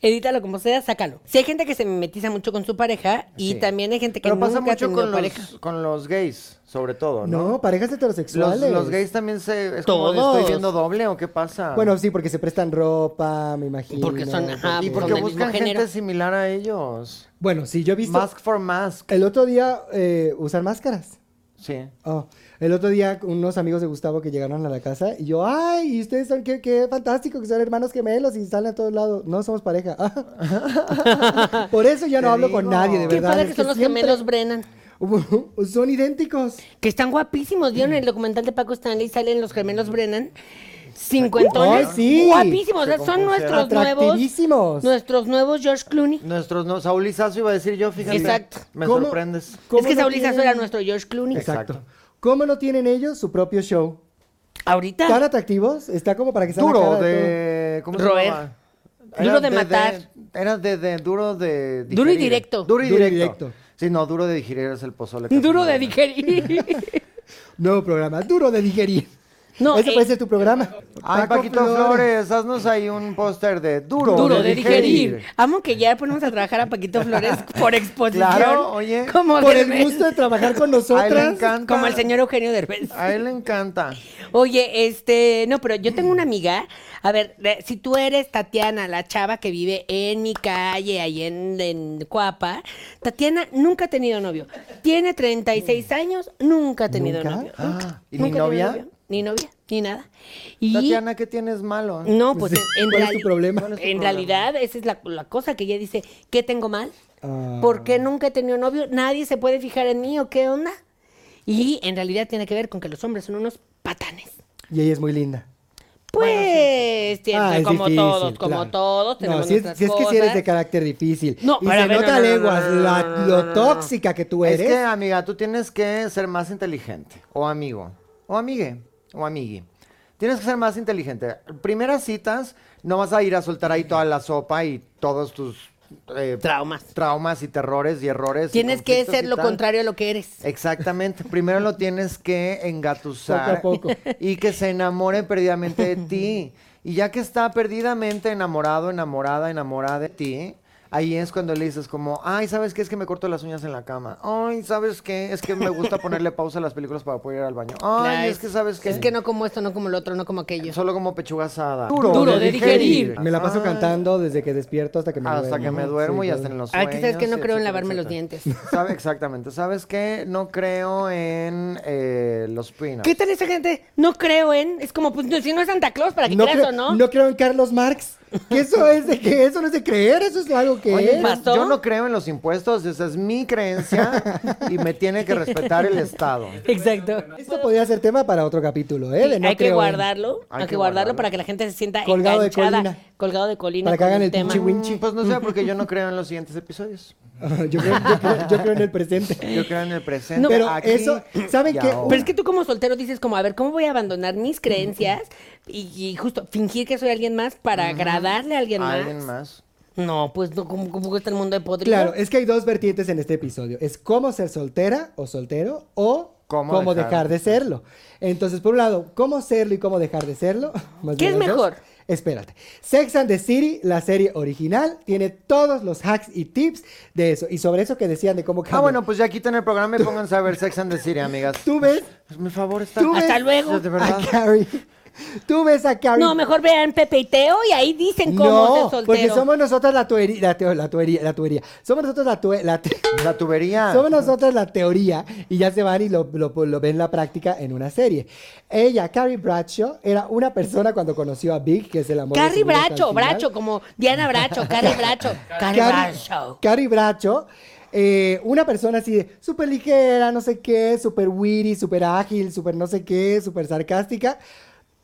Speaker 3: Edítalo como sea, sácalo. Si hay gente que se mimetiza mucho con su pareja y
Speaker 2: Sí.
Speaker 3: también hay gente que
Speaker 2: Pero pasa
Speaker 3: nunca ha
Speaker 2: mucho
Speaker 3: tenido
Speaker 2: con
Speaker 3: pareja.
Speaker 2: los, con los gays, sobre todo, ¿no?
Speaker 1: No, parejas
Speaker 2: Los,
Speaker 1: heterosexuales.
Speaker 2: los gays también se... Es como de,
Speaker 3: Todos.
Speaker 2: ¿Estoy viendo doble o qué pasa?
Speaker 1: Bueno, sí, porque se prestan ropa, me imagino.
Speaker 3: Porque son- ajá,
Speaker 2: y
Speaker 3: pues,
Speaker 2: porque
Speaker 3: son del
Speaker 2: buscan
Speaker 3: mismo
Speaker 2: gente
Speaker 3: género.
Speaker 2: similar a ellos.
Speaker 1: Bueno, sí, yo he visto.
Speaker 2: Mask for mask.
Speaker 1: El otro día eh, usan máscaras.
Speaker 2: Sí.
Speaker 1: Oh, el otro día unos amigos de Gustavo que llegaron a la casa y yo, ay, y ustedes son qué, qué fantástico, que son hermanos gemelos y salen a todos lados. No somos pareja. <laughs> Por eso ya no
Speaker 2: Te
Speaker 1: hablo con
Speaker 2: digo.
Speaker 1: nadie, de
Speaker 2: Qué
Speaker 1: verdad.
Speaker 3: Qué padre
Speaker 1: es
Speaker 3: que son los
Speaker 1: siempre-
Speaker 3: gemelos Brennan.
Speaker 1: <laughs> Son idénticos.
Speaker 3: Que están guapísimos. ¿Vieron el documental de Paco Stanley? Salen los gemelos Brennan. Cincuentones.
Speaker 1: Ay, sí.
Speaker 3: Guapísimos. o sea,
Speaker 2: Se
Speaker 3: son
Speaker 2: compusieron.
Speaker 3: nuestros nuevos.
Speaker 1: Atractivísimos.
Speaker 3: Nuestros nuevos George Clooney.
Speaker 2: Nuestros no, Saúl Lizazo iba a decir yo, fíjate.
Speaker 3: Exacto.
Speaker 2: Me
Speaker 1: ¿Cómo?
Speaker 2: sorprendes.
Speaker 1: ¿Cómo
Speaker 3: Es que
Speaker 1: no
Speaker 3: Saúl Lizazo
Speaker 1: tienen-
Speaker 3: era nuestro George Clooney.
Speaker 1: Exacto.
Speaker 2: Exacto.
Speaker 1: ¿Cómo no tienen ellos su propio show?
Speaker 3: Ahorita.
Speaker 1: ¿Tan atractivos? Está como para que salga
Speaker 2: Duro
Speaker 1: cara todo.
Speaker 2: de. ¿Cómo se
Speaker 3: Roer.
Speaker 2: llamaba?
Speaker 3: Duro de matar.
Speaker 2: era de, de- duro de.
Speaker 3: Duro y
Speaker 2: digerir.
Speaker 3: directo.
Speaker 2: Duro y
Speaker 1: Duro y
Speaker 2: directo.
Speaker 1: directo.
Speaker 2: Sí, no, duro de digerir es el pozole. que
Speaker 3: Duro de
Speaker 2: hacemos.
Speaker 3: digerir.
Speaker 1: Nuevo programa, duro de digerir.
Speaker 3: No,
Speaker 1: Ese
Speaker 3: eh,
Speaker 1: puede ser tu programa.
Speaker 2: Ay,
Speaker 1: Paco
Speaker 2: Paquito Flores, haznos ahí un póster de duro.
Speaker 3: <laughs> Duro de digerir. Amo que ya ponemos a trabajar a Paquito Flores por exposición.
Speaker 2: Claro, oye,
Speaker 3: Como,
Speaker 1: Por el
Speaker 3: Derbez,
Speaker 1: gusto de trabajar con
Speaker 2: A él le
Speaker 1: nosotras.
Speaker 2: encanta.
Speaker 3: como el señor Eugenio Derbez.
Speaker 2: A él le encanta.
Speaker 3: Oye, este, no, pero yo tengo una amiga. A ver, de- si tú eres Tatiana, la chava que vive en mi calle, ahí en, en Coapa, Tatiana nunca ha tenido novio. Tiene 36 años, nunca ha tenido
Speaker 1: ¿Nunca?
Speaker 3: novio.
Speaker 2: Mm. Ah,
Speaker 3: Nunca.
Speaker 2: ¿y ni
Speaker 3: Nunca ha tenido
Speaker 2: novia?
Speaker 3: novio, Ni novia, ni nada. Y
Speaker 2: Tatiana, ¿qué tienes malo? <laughs>
Speaker 3: no, pues en, en
Speaker 1: ¿Cuál es
Speaker 3: reali-
Speaker 1: tu problema?
Speaker 2: ¿Cuál es tu
Speaker 3: en
Speaker 2: problema?
Speaker 3: realidad, esa es la, la cosa que ella dice, ¿qué tengo mal?
Speaker 1: Ah.
Speaker 3: ¿Por qué nunca he tenido novio? ¿Nadie se puede fijar en mí o qué onda? Y en realidad tiene que ver con que los hombres son unos patanes.
Speaker 1: Y ella es muy linda.
Speaker 3: Pues, tiene-
Speaker 1: Ah, es
Speaker 3: como
Speaker 1: difícil,
Speaker 3: todos, como
Speaker 1: claro.
Speaker 3: todos, tenemos
Speaker 1: no, si es,
Speaker 3: nuestras
Speaker 1: si es que si eres de
Speaker 3: cosas.
Speaker 1: carácter difícil.
Speaker 3: No,
Speaker 1: y
Speaker 3: pero a
Speaker 1: se
Speaker 3: ver,
Speaker 1: nota
Speaker 3: no, no, no,
Speaker 1: leguas
Speaker 3: no, no,
Speaker 1: la-
Speaker 3: no, no, no,
Speaker 1: lo tóxica que tú
Speaker 2: Es
Speaker 1: eres.
Speaker 2: que, amiga, tú tienes que ser más inteligente. O amigo. O amigue. O amigui. Tienes que ser más inteligente. Primeras citas, no vas a ir a soltar ahí toda la sopa y todos tus eh,
Speaker 3: Traumas.
Speaker 2: traumas y terrores y errores. y
Speaker 3: Tienes
Speaker 1: pues,
Speaker 3: que
Speaker 2: conflictos
Speaker 3: ser
Speaker 2: y
Speaker 3: lo
Speaker 2: tal.
Speaker 3: contrario a lo que
Speaker 1: Eh,
Speaker 3: eres.
Speaker 2: Exactamente. Primero lo tienes que engatusar.
Speaker 1: Poco a poco.
Speaker 2: Y que se enamore perdidamente de ti. Y ya que está perdidamente enamorado, enamorada, enamorada de ti, ahí es cuando le dices como, ay, ¿sabes qué? Es que me corto las uñas en la cama. Ay, ¿sabes qué? Es que me gusta ponerle pausa a las películas para poder ir al baño. Ay,
Speaker 3: Nah,
Speaker 2: es que ¿sabes qué?
Speaker 3: Es que no como esto, no como lo otro, no como aquello.
Speaker 2: Solo como pechuga asada.
Speaker 3: Duro de digerir.
Speaker 1: Me la paso
Speaker 2: Ay,
Speaker 1: cantando desde que despierto hasta que me duermo.
Speaker 2: Hasta que me duermo
Speaker 1: Sí,
Speaker 2: y
Speaker 1: claro.
Speaker 2: hasta en los
Speaker 3: Ah,
Speaker 2: sueños.
Speaker 3: que sabes que no
Speaker 2: y
Speaker 3: creo en
Speaker 2: etcétera,
Speaker 3: lavarme los
Speaker 2: etcétera.
Speaker 3: dientes.
Speaker 2: <laughs> Sabe- Exactamente. ¿Sabes qué? No creo en eh, los pinos.
Speaker 3: ¿Qué tal esa gente? No creo en. Es como, pues, no, si no es Santa Claus, ¿para qué
Speaker 1: No
Speaker 3: creas
Speaker 1: creo,
Speaker 3: o no?
Speaker 1: no creo en Carlos Marx. Que eso es de que eso no es de creer, eso es algo que es.
Speaker 2: Oye, yo-
Speaker 3: ¿Pasó?
Speaker 2: ¿Eh? Yo no creo en los impuestos, esa es mi
Speaker 3: <laughs>
Speaker 2: creencia y me tiene que respetar el Estado.
Speaker 3: Exacto.
Speaker 1: Esto podría ser tema para otro capítulo, ¿eh? De no
Speaker 3: hay que
Speaker 1: creo en-
Speaker 3: guardarlo,
Speaker 2: Hay
Speaker 3: hay, que
Speaker 2: que
Speaker 3: guardarlo
Speaker 2: guardarlo.
Speaker 3: para que la gente se sienta
Speaker 1: Colgado de
Speaker 3: enganchada,
Speaker 1: colina.
Speaker 3: colgado de colina
Speaker 1: Para que
Speaker 3: con
Speaker 1: hagan el
Speaker 3: tema.
Speaker 1: pinche win- Winchi.
Speaker 2: Mm, Pues no sé, porque yo no creo en los siguientes episodios.
Speaker 1: <laughs> yo, creo, yo creo- yo creo en el
Speaker 3: <laughs>
Speaker 1: presente.
Speaker 2: Yo creo en el presente.
Speaker 3: No,
Speaker 1: pero
Speaker 2: aquí
Speaker 1: eso- ¿saben
Speaker 2: y
Speaker 1: qué?
Speaker 2: ahora.
Speaker 3: Pero es que tú como soltero dices como, a ver, ¿cómo voy a abandonar mis creencias y, y justo fingir que soy alguien más para agradarle a alguien más?
Speaker 2: Alguien más.
Speaker 3: No, pues no, ¿cómo, cómo está el mundo de podrido?
Speaker 1: Claro, es que hay dos vertientes en este episodio. Es cómo ser soltera o soltero o
Speaker 2: Cómo
Speaker 1: cómo,
Speaker 2: dejar.
Speaker 1: dejar. de serlo. Entonces, por un lado, cómo serlo y cómo dejar de serlo. <laughs> más
Speaker 3: ¿Qué
Speaker 1: bien
Speaker 3: es
Speaker 1: los dos.
Speaker 3: mejor?
Speaker 1: Espérate. Sex and the City, la serie original, tiene todos los hacks y tips de eso. Y sobre eso que decían de cómo
Speaker 2: Ah,
Speaker 1: cambiar.
Speaker 2: bueno, pues ya quiten el programa y pónganse a ver Sex and the City, amigas. Pues,
Speaker 1: Tú ves
Speaker 2: Mi favor está.
Speaker 1: Tú ves-
Speaker 3: Hasta luego.
Speaker 2: <laughs> De
Speaker 1: a
Speaker 2: verdad.
Speaker 1: Carrie. Tú ves a Carrie.
Speaker 3: No, mejor vean Pepe y Teo y ahí dicen cómo ser
Speaker 1: No,
Speaker 3: soltero.
Speaker 1: porque somos nosotras la tuería, la, teo- la tuería, la tuería. Somos nosotros la, tue- la te-
Speaker 2: La
Speaker 3: Ah.
Speaker 2: tubería.
Speaker 1: somos nosotras la teoría y ya se van y lo, lo- lo ven la práctica en una serie. Ella, Carrie Bradshaw, era una persona cuando conoció a Big, que es el amor. de
Speaker 3: Carrie
Speaker 1: su vida hasta
Speaker 3: Bracho,
Speaker 1: el final.
Speaker 3: Bracho, como Diana Bracho,
Speaker 1: <laughs>
Speaker 3: Carrie Bracho, Carrie
Speaker 1: Carrie-
Speaker 3: Bracho.
Speaker 1: Carrie Bracho. eh, una persona así de súper ligera, no sé qué, súper witty, súper ágil, súper no sé qué, súper sarcástica.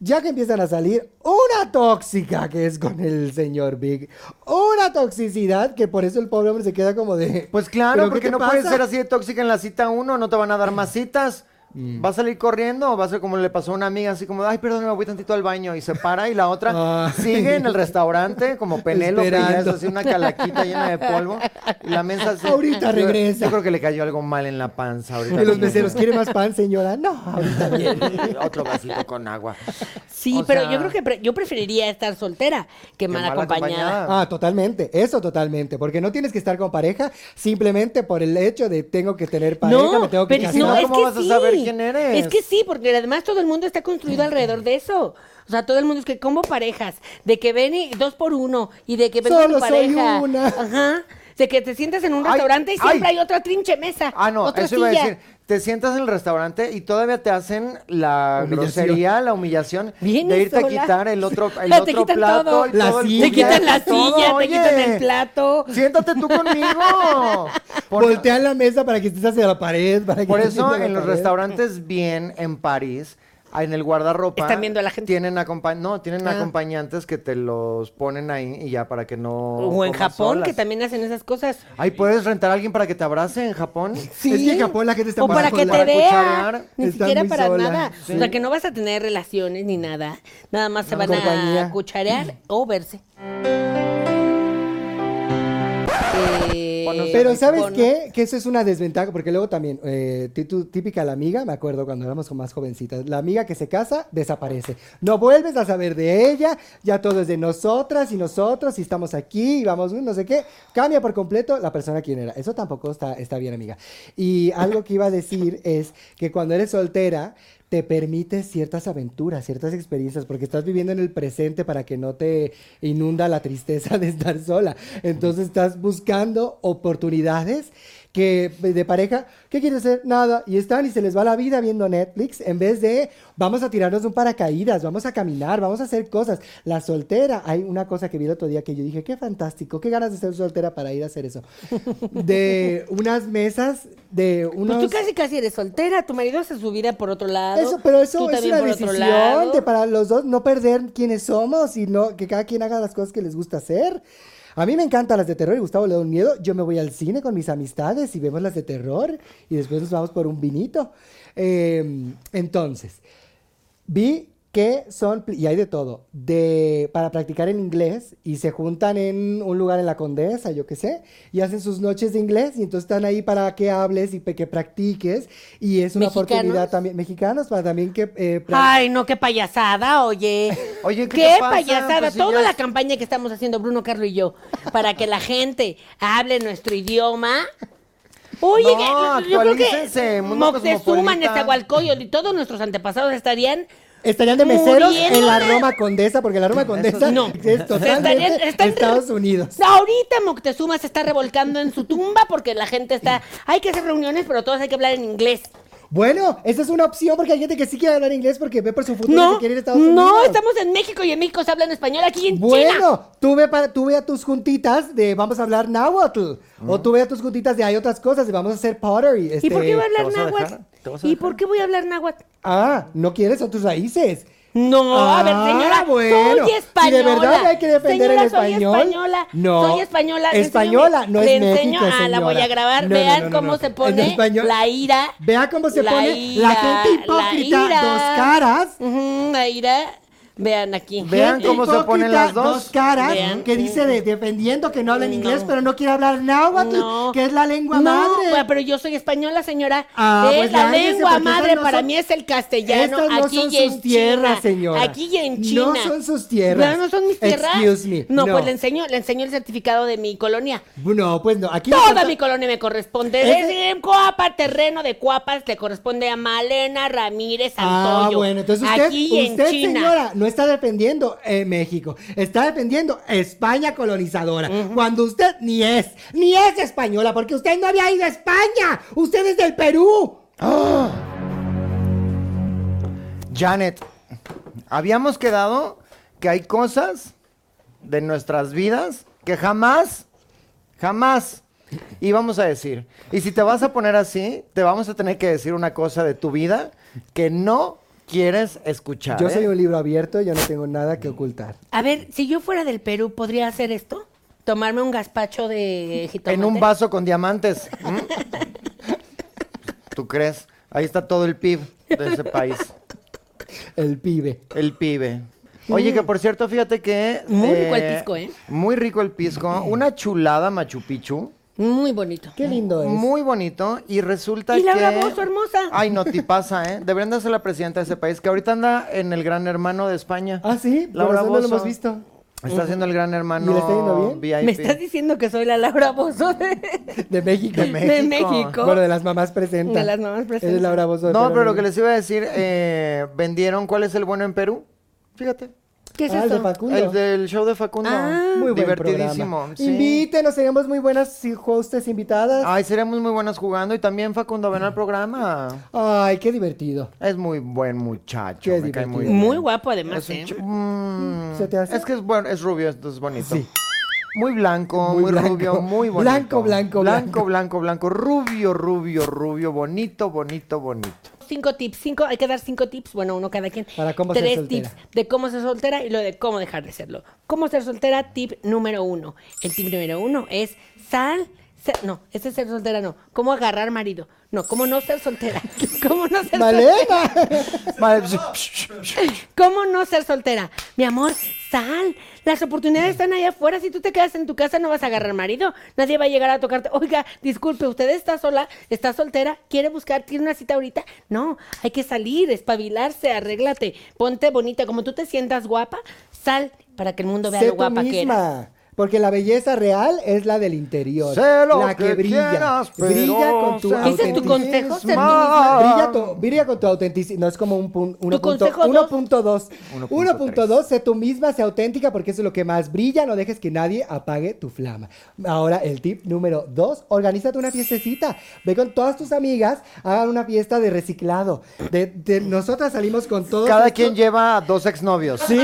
Speaker 1: Ya que empiezan a salir, una tóxica que es con el señor Big. Una toxicidad que por eso el pobre hombre se queda como de.
Speaker 2: Pues
Speaker 1: ¿pero
Speaker 2: claro,
Speaker 1: qué
Speaker 2: porque
Speaker 1: te
Speaker 2: no puedes
Speaker 1: pasa?
Speaker 2: ser así de tóxica en la cita uno, no te van a dar más citas.
Speaker 1: Mm.
Speaker 2: Va a salir corriendo o va a ser como le pasó a una amiga, así como, ay, perdón, me voy tantito al baño y se para y la otra
Speaker 1: Ah.
Speaker 2: sigue en el restaurante
Speaker 1: <laughs>
Speaker 2: como Penélope, ya es
Speaker 1: Esperando.
Speaker 2: así una calaquita llena de polvo y la mesa así-
Speaker 1: Ahorita
Speaker 2: Yo-
Speaker 1: regresa.
Speaker 2: Yo, creo que le cayó algo mal en la panza ahorita.
Speaker 1: Y los
Speaker 2: mismo.
Speaker 1: meseros, ¿quiere más pan, señora? No, <laughs> ahorita bien.
Speaker 2: <laughs> Otro vasito con agua.
Speaker 3: Sí,
Speaker 2: O
Speaker 3: pero
Speaker 2: sea-
Speaker 3: yo creo que pre- yo preferiría estar soltera que mal,
Speaker 2: mal
Speaker 3: acompañada.
Speaker 2: acompañada.
Speaker 1: Ah, totalmente, eso totalmente, porque no tienes que estar con pareja simplemente por el hecho de tengo que tener pareja, me tengo que
Speaker 3: pero
Speaker 1: casar.
Speaker 2: no,
Speaker 3: es
Speaker 2: ¿cómo
Speaker 3: que
Speaker 2: vas a
Speaker 3: sí.
Speaker 2: saber quién eres? Mm.
Speaker 3: Es que sí, porque además todo el mundo está construido alrededor de eso. O sea, todo el mundo es que como parejas, de que ven y- dos por uno y de que ven con tu
Speaker 1: Solo soy
Speaker 3: pareja.
Speaker 1: una.
Speaker 3: Ajá. De que te sientas en un
Speaker 2: Ay,
Speaker 3: restaurante y siempre
Speaker 2: ay.
Speaker 3: hay otra trinche mesa.
Speaker 2: Ah, no,
Speaker 3: otra
Speaker 2: eso iba a
Speaker 3: silla.
Speaker 2: decir. te sientas en el restaurante y todavía te hacen la
Speaker 1: Humillación.
Speaker 2: grosería, la humillación
Speaker 3: Vienes
Speaker 2: de irte
Speaker 3: sola.
Speaker 2: a quitar el
Speaker 3: <laughs>
Speaker 2: otro, el
Speaker 3: Te
Speaker 2: otro
Speaker 3: quitan
Speaker 2: plato,
Speaker 3: todo.
Speaker 2: el
Speaker 1: La
Speaker 2: todo el
Speaker 1: silla.
Speaker 3: Te quitan la
Speaker 2: todo,
Speaker 3: silla, te
Speaker 2: oye.
Speaker 3: quitan el plato.
Speaker 2: Siéntate
Speaker 1: <laughs>
Speaker 2: tú conmigo. Por-
Speaker 1: Voltean la mesa para que estés hacia la pared. Para que
Speaker 2: Por
Speaker 1: estés
Speaker 2: eso
Speaker 1: hacia la
Speaker 2: en los
Speaker 1: pared.
Speaker 2: restaurantes bien en París, en el guardarropa,
Speaker 3: Están viendo a la gente.
Speaker 2: Tienen acompa- no, tienen
Speaker 3: Ah.
Speaker 2: acompañantes que te los ponen ahí y ya para que no
Speaker 3: o en
Speaker 2: comas
Speaker 3: Japón,
Speaker 2: solas.
Speaker 3: que también hacen esas cosas.
Speaker 2: Ahí puedes rentar a alguien para que te abrace en Japón.
Speaker 3: <laughs>
Speaker 1: Sí. Es que en Japón la gente está
Speaker 3: O para
Speaker 1: para
Speaker 3: que te
Speaker 1: sola.
Speaker 3: vea.
Speaker 2: cucharear.
Speaker 3: Ni
Speaker 1: Está
Speaker 3: siquiera
Speaker 1: muy
Speaker 3: para
Speaker 1: sola,
Speaker 3: nada.
Speaker 1: sí.
Speaker 3: O sea, que no vas a tener relaciones ni nada. Nada más se
Speaker 2: Nada
Speaker 3: van
Speaker 2: más
Speaker 3: a
Speaker 2: compañía.
Speaker 3: cucharear o verse. Eh,
Speaker 2: Conocer.
Speaker 1: Pero ¿sabes
Speaker 3: cono-
Speaker 1: qué? Que eso es una desventaja, porque luego también, eh, tí- tú- típica la amiga, me acuerdo cuando éramos más jovencitas, la amiga que se casa desaparece. No vuelves a saber de ella, ya todo es de nosotras y nosotros y estamos aquí y vamos, uh, no sé qué. Cambia por completo la persona quien era. Eso tampoco está, está bien, amiga. Y algo que iba a decir es que cuando eres soltera, te permite ciertas aventuras, ciertas experiencias, porque estás viviendo en el presente para que no te inunda la tristeza de estar sola. Entonces estás buscando oportunidades que de pareja, ¿qué quieres hacer? Nada. Y están y se les va la vida viendo Netflix en vez de vamos a tirarnos un paracaídas, vamos a caminar, vamos a hacer cosas. La soltera, hay una cosa que vi el otro día que yo dije, qué fantástico, qué ganas de ser soltera para ir a hacer
Speaker 3: <laughs>
Speaker 1: eso. De unas mesas, de unos...
Speaker 3: Pues tú casi casi eres soltera, tu marido hace su vida por otro lado.
Speaker 1: Eso, pero eso
Speaker 3: tú
Speaker 1: es
Speaker 3: también
Speaker 1: una
Speaker 3: por otro
Speaker 1: decisión
Speaker 3: lado.
Speaker 1: de para los dos no perder quiénes somos y no que cada quien haga las cosas que les gusta hacer. A mí me encantan las de terror y Gustavo le da un miedo. Yo me voy al cine con mis amistades y vemos las de terror y después nos vamos por un vinito. Eh, entonces, vi que son, pl- y hay de todo, de, para practicar en inglés y se juntan en un lugar en la condesa, yo qué sé, y hacen sus noches de inglés y entonces están ahí para que hables y pe- que practiques y es una
Speaker 3: ¿Mexicanos?
Speaker 1: oportunidad también, mexicanos, para también que... eh, pra-
Speaker 3: Ay, no, qué payasada, oye.
Speaker 2: Oye, ¿qué
Speaker 3: qué
Speaker 2: te pasa?
Speaker 3: payasada.
Speaker 2: Pues si
Speaker 3: Toda
Speaker 2: ya
Speaker 3: la
Speaker 2: es-
Speaker 3: campaña que estamos haciendo Bruno Carlos y yo para que la gente hable nuestro idioma. Oye,
Speaker 2: No,
Speaker 3: que- yo creo que
Speaker 2: actualícense, mundo
Speaker 3: Moctezuma,
Speaker 2: cosmopolita.
Speaker 3: Nezahualcóyotl y todos nuestros antepasados estarían
Speaker 1: Estarían de meseros en la
Speaker 3: Muriendo de-
Speaker 1: Roma Condesa, porque la Roma Condesa
Speaker 3: No.
Speaker 1: es totalmente
Speaker 3: Estarían- están-
Speaker 1: Estados Unidos.
Speaker 3: Ahorita Moctezuma se está revolcando en su tumba porque la gente está. Hay que hacer reuniones, pero todos hay que hablar en inglés.
Speaker 1: Bueno, esa es una opción porque hay gente que sí quiere hablar inglés porque ve por su futuro y
Speaker 3: No,
Speaker 1: que quiere ir a Estados Unidos.
Speaker 3: no, estamos en México y en México se habla en español. Aquí en China.
Speaker 1: Bueno, tú ve, para, tú ve a tus juntitas de vamos a hablar náhuatl. O tú ve a tus juntitas de hay otras cosas de vamos a hacer pottery.
Speaker 3: ¿Y por
Speaker 1: este,
Speaker 3: qué voy a hablar
Speaker 2: ¿te vas a
Speaker 3: náhuatl?
Speaker 2: dejar? ¿Te vas a
Speaker 3: ¿Y
Speaker 2: dejar?
Speaker 3: por qué voy a hablar náhuatl?
Speaker 1: Ah, no quieres, son tus raíces.
Speaker 3: No, a ver,
Speaker 1: Ah,
Speaker 3: señora,
Speaker 1: bueno.
Speaker 3: soy
Speaker 1: Si
Speaker 3: española.
Speaker 1: de verdad hay que defender
Speaker 3: señora,
Speaker 1: el español.
Speaker 3: Soy española.
Speaker 1: No.
Speaker 3: Soy española. le
Speaker 1: Española,
Speaker 3: enseño
Speaker 1: no
Speaker 3: mi-
Speaker 1: es
Speaker 3: le enseño,
Speaker 1: México,
Speaker 3: ah, la voy a
Speaker 1: señora.
Speaker 3: grabar.
Speaker 1: No, no,
Speaker 3: Vean
Speaker 1: no, no,
Speaker 3: cómo
Speaker 1: no.
Speaker 3: se
Speaker 1: En
Speaker 3: pone
Speaker 1: español-
Speaker 3: la ira.
Speaker 1: Vea cómo se
Speaker 3: la
Speaker 1: pone
Speaker 3: ira,
Speaker 1: la gente hipócrita,
Speaker 3: la ira.
Speaker 1: dos caras.
Speaker 3: Ujú, la ira. Vean aquí.
Speaker 2: Vean cómo se ponen
Speaker 1: Hipócrita,
Speaker 2: las dos.
Speaker 1: caras
Speaker 3: Vean.
Speaker 1: que dice de- defendiendo que no hablan
Speaker 3: No.
Speaker 1: inglés, pero no quiere hablar náhuatl,
Speaker 3: No.
Speaker 1: que es la lengua
Speaker 3: No,
Speaker 1: madre.
Speaker 3: pa- pero yo soy española, señora.
Speaker 1: Ah,
Speaker 3: es
Speaker 1: pues
Speaker 3: la
Speaker 1: lánguese,
Speaker 3: lengua
Speaker 1: porque esas
Speaker 3: madre,
Speaker 1: no
Speaker 3: para
Speaker 1: son-
Speaker 3: mí es el castellano.
Speaker 1: Estas no
Speaker 3: aquí
Speaker 1: son
Speaker 3: y en
Speaker 1: sus tierras,
Speaker 3: China.
Speaker 1: señora.
Speaker 3: Aquí y
Speaker 1: No
Speaker 3: en China.
Speaker 1: son sus tierras.
Speaker 3: No, no son mis tierras.
Speaker 1: Excuse me,
Speaker 3: No,
Speaker 1: no.
Speaker 3: pues le enseño, le enseño el certificado de mi colonia.
Speaker 1: No, pues no. Aquí
Speaker 3: Toda
Speaker 1: nosotros-
Speaker 3: mi colonia me corresponde.
Speaker 1: Ese-
Speaker 3: Desde Coapa, terreno de Coapas, le corresponde a Malena Ramírez Antoyo.
Speaker 1: Ah, bueno, entonces usted,
Speaker 3: Aquí y en
Speaker 1: usted,
Speaker 3: China.
Speaker 1: señora, no está defendiendo eh, México, está defendiendo España colonizadora, cuando usted ni es, ni es española, porque usted no había ido a España, usted es del Perú.
Speaker 2: Janet, habíamos quedado que hay cosas de nuestras vidas que jamás, jamás íbamos a decir. Y si te vas a poner así, te vamos a tener que decir una cosa de tu vida que no quieres escuchar.
Speaker 1: Yo
Speaker 2: ¿eh?
Speaker 1: soy un libro abierto, yo no tengo nada que ocultar.
Speaker 3: A ver, si yo fuera del Perú, ¿podría hacer esto? Tomarme un gazpacho de jitomate.
Speaker 2: En un vaso con diamantes. ¿m? ¿Tú crees? Ahí está todo el PIB de ese país.
Speaker 1: El pibe.
Speaker 2: El pibe. Oye, que por cierto, fíjate que...
Speaker 3: Muy rico el pisco, ¿eh?
Speaker 2: Muy rico el pisco. Una chulada Machu Picchu.
Speaker 3: Muy bonito.
Speaker 1: Qué lindo es.
Speaker 2: Muy bonito. Y resulta
Speaker 3: Y Laura
Speaker 2: que...
Speaker 3: Bozo, hermosa.
Speaker 2: Ay, no te pasa, ¿eh? Deberían de ser la presidenta de ese país, que ahorita anda en el Gran Hermano de España.
Speaker 1: Ah, sí, por
Speaker 2: Laura
Speaker 1: eso no lo
Speaker 2: Bozo.
Speaker 1: hemos visto.
Speaker 2: Está haciendo el Gran Hermano
Speaker 1: ¿Y le está yendo bien?
Speaker 2: VIP.
Speaker 3: ¿Me estás diciendo que soy la Laura Bozo de,
Speaker 1: De México.
Speaker 3: de México?
Speaker 2: México.
Speaker 1: Bueno, de las mamás presentas.
Speaker 3: De las mamás presenta.
Speaker 1: Eres Laura Bozo.
Speaker 2: No, pero lo
Speaker 1: no-
Speaker 2: que les iba a decir, eh, vendieron cuál es el bueno en Perú. Fíjate.
Speaker 3: ¿Qué es
Speaker 1: Ah, el de
Speaker 3: eso?
Speaker 1: Facundo.
Speaker 2: El del show de Facundo.
Speaker 3: Ah.
Speaker 1: Muy buen
Speaker 2: Divertidísimo.
Speaker 1: programa.
Speaker 2: sí.
Speaker 1: Invítenos, seríamos muy buenas si hostes invitadas.
Speaker 2: Ay, seremos muy buenas jugando. Y también Facundo, ven al programa.
Speaker 1: Ay, qué divertido.
Speaker 2: Es muy buen muchacho.
Speaker 1: Qué
Speaker 2: me cae muy
Speaker 1: divertido.
Speaker 2: bien.
Speaker 3: Muy guapo
Speaker 2: Es,
Speaker 3: además,
Speaker 2: un
Speaker 3: ¿eh?
Speaker 2: ch- Mm.
Speaker 1: ¿Se te hace?
Speaker 2: Es que es bueno, es rubio, entonces es bonito. Muy blanco, muy,
Speaker 1: blanco.
Speaker 2: rubio, muy bonito.
Speaker 1: Blanco, blanco,
Speaker 2: blanco.
Speaker 1: blanco.
Speaker 2: Blanco, blanco, Rubio, rubio, rubio. Bonito, bonito, bonito.
Speaker 3: Cinco tips, cinco, hay que dar cinco tips, bueno, uno cada quien.
Speaker 1: Para cómo ser
Speaker 3: Tres
Speaker 1: soltera.
Speaker 3: tips de cómo ser soltera y lo de cómo dejar de serlo. Cómo ser soltera, tip número uno. El tip número uno es sal, ser- no, este es ser soltera no. Cómo agarrar marido. No, cómo no ser soltera. <laughs> Cómo no ser soltera.
Speaker 1: Malena. <laughs>
Speaker 2: Vale, pues-
Speaker 3: ¿Cómo no ser soltera? Mi amor, sal. Las oportunidades están allá afuera. Si tú te quedas en tu casa, no vas a agarrar marido. Nadie va a llegar a tocarte. Oiga, disculpe, ¿usted está sola? ¿Está soltera? ¿Quiere buscar? ¿Tiene una cita ahorita? No, hay que salir, espabilarse, arréglate. Ponte bonita. Como tú te sientas guapa, sal para que el mundo vea
Speaker 1: sé
Speaker 3: lo
Speaker 1: tú
Speaker 3: guapa que eres.
Speaker 1: misma. Porque la belleza real es la del interior.
Speaker 2: Sé lo
Speaker 1: la que,
Speaker 2: que
Speaker 1: brilla.
Speaker 2: quieras,
Speaker 1: brilla
Speaker 2: pero
Speaker 1: con tu
Speaker 2: sé
Speaker 3: ¿Ese es tu
Speaker 1: autenticidad.
Speaker 3: consejo, ser tú
Speaker 2: misma?
Speaker 1: Brilla, tu- brilla con tu autenticidad. No es como un pun- uno
Speaker 3: ¿Tu
Speaker 1: punto-
Speaker 3: consejo dos?
Speaker 1: 1.2.
Speaker 2: 1.3.
Speaker 1: 1.2, sé tú misma, sé auténtica, porque eso es lo que más brilla. No dejes que nadie apague tu flama. Ahora, el tip número 2. Organízate una fiestecita. Ve con todas tus amigas, hagan una fiesta de reciclado. De, de- nosotras salimos con todos.
Speaker 2: Cada
Speaker 1: estos-
Speaker 2: quien lleva dos exnovios.
Speaker 1: Sí,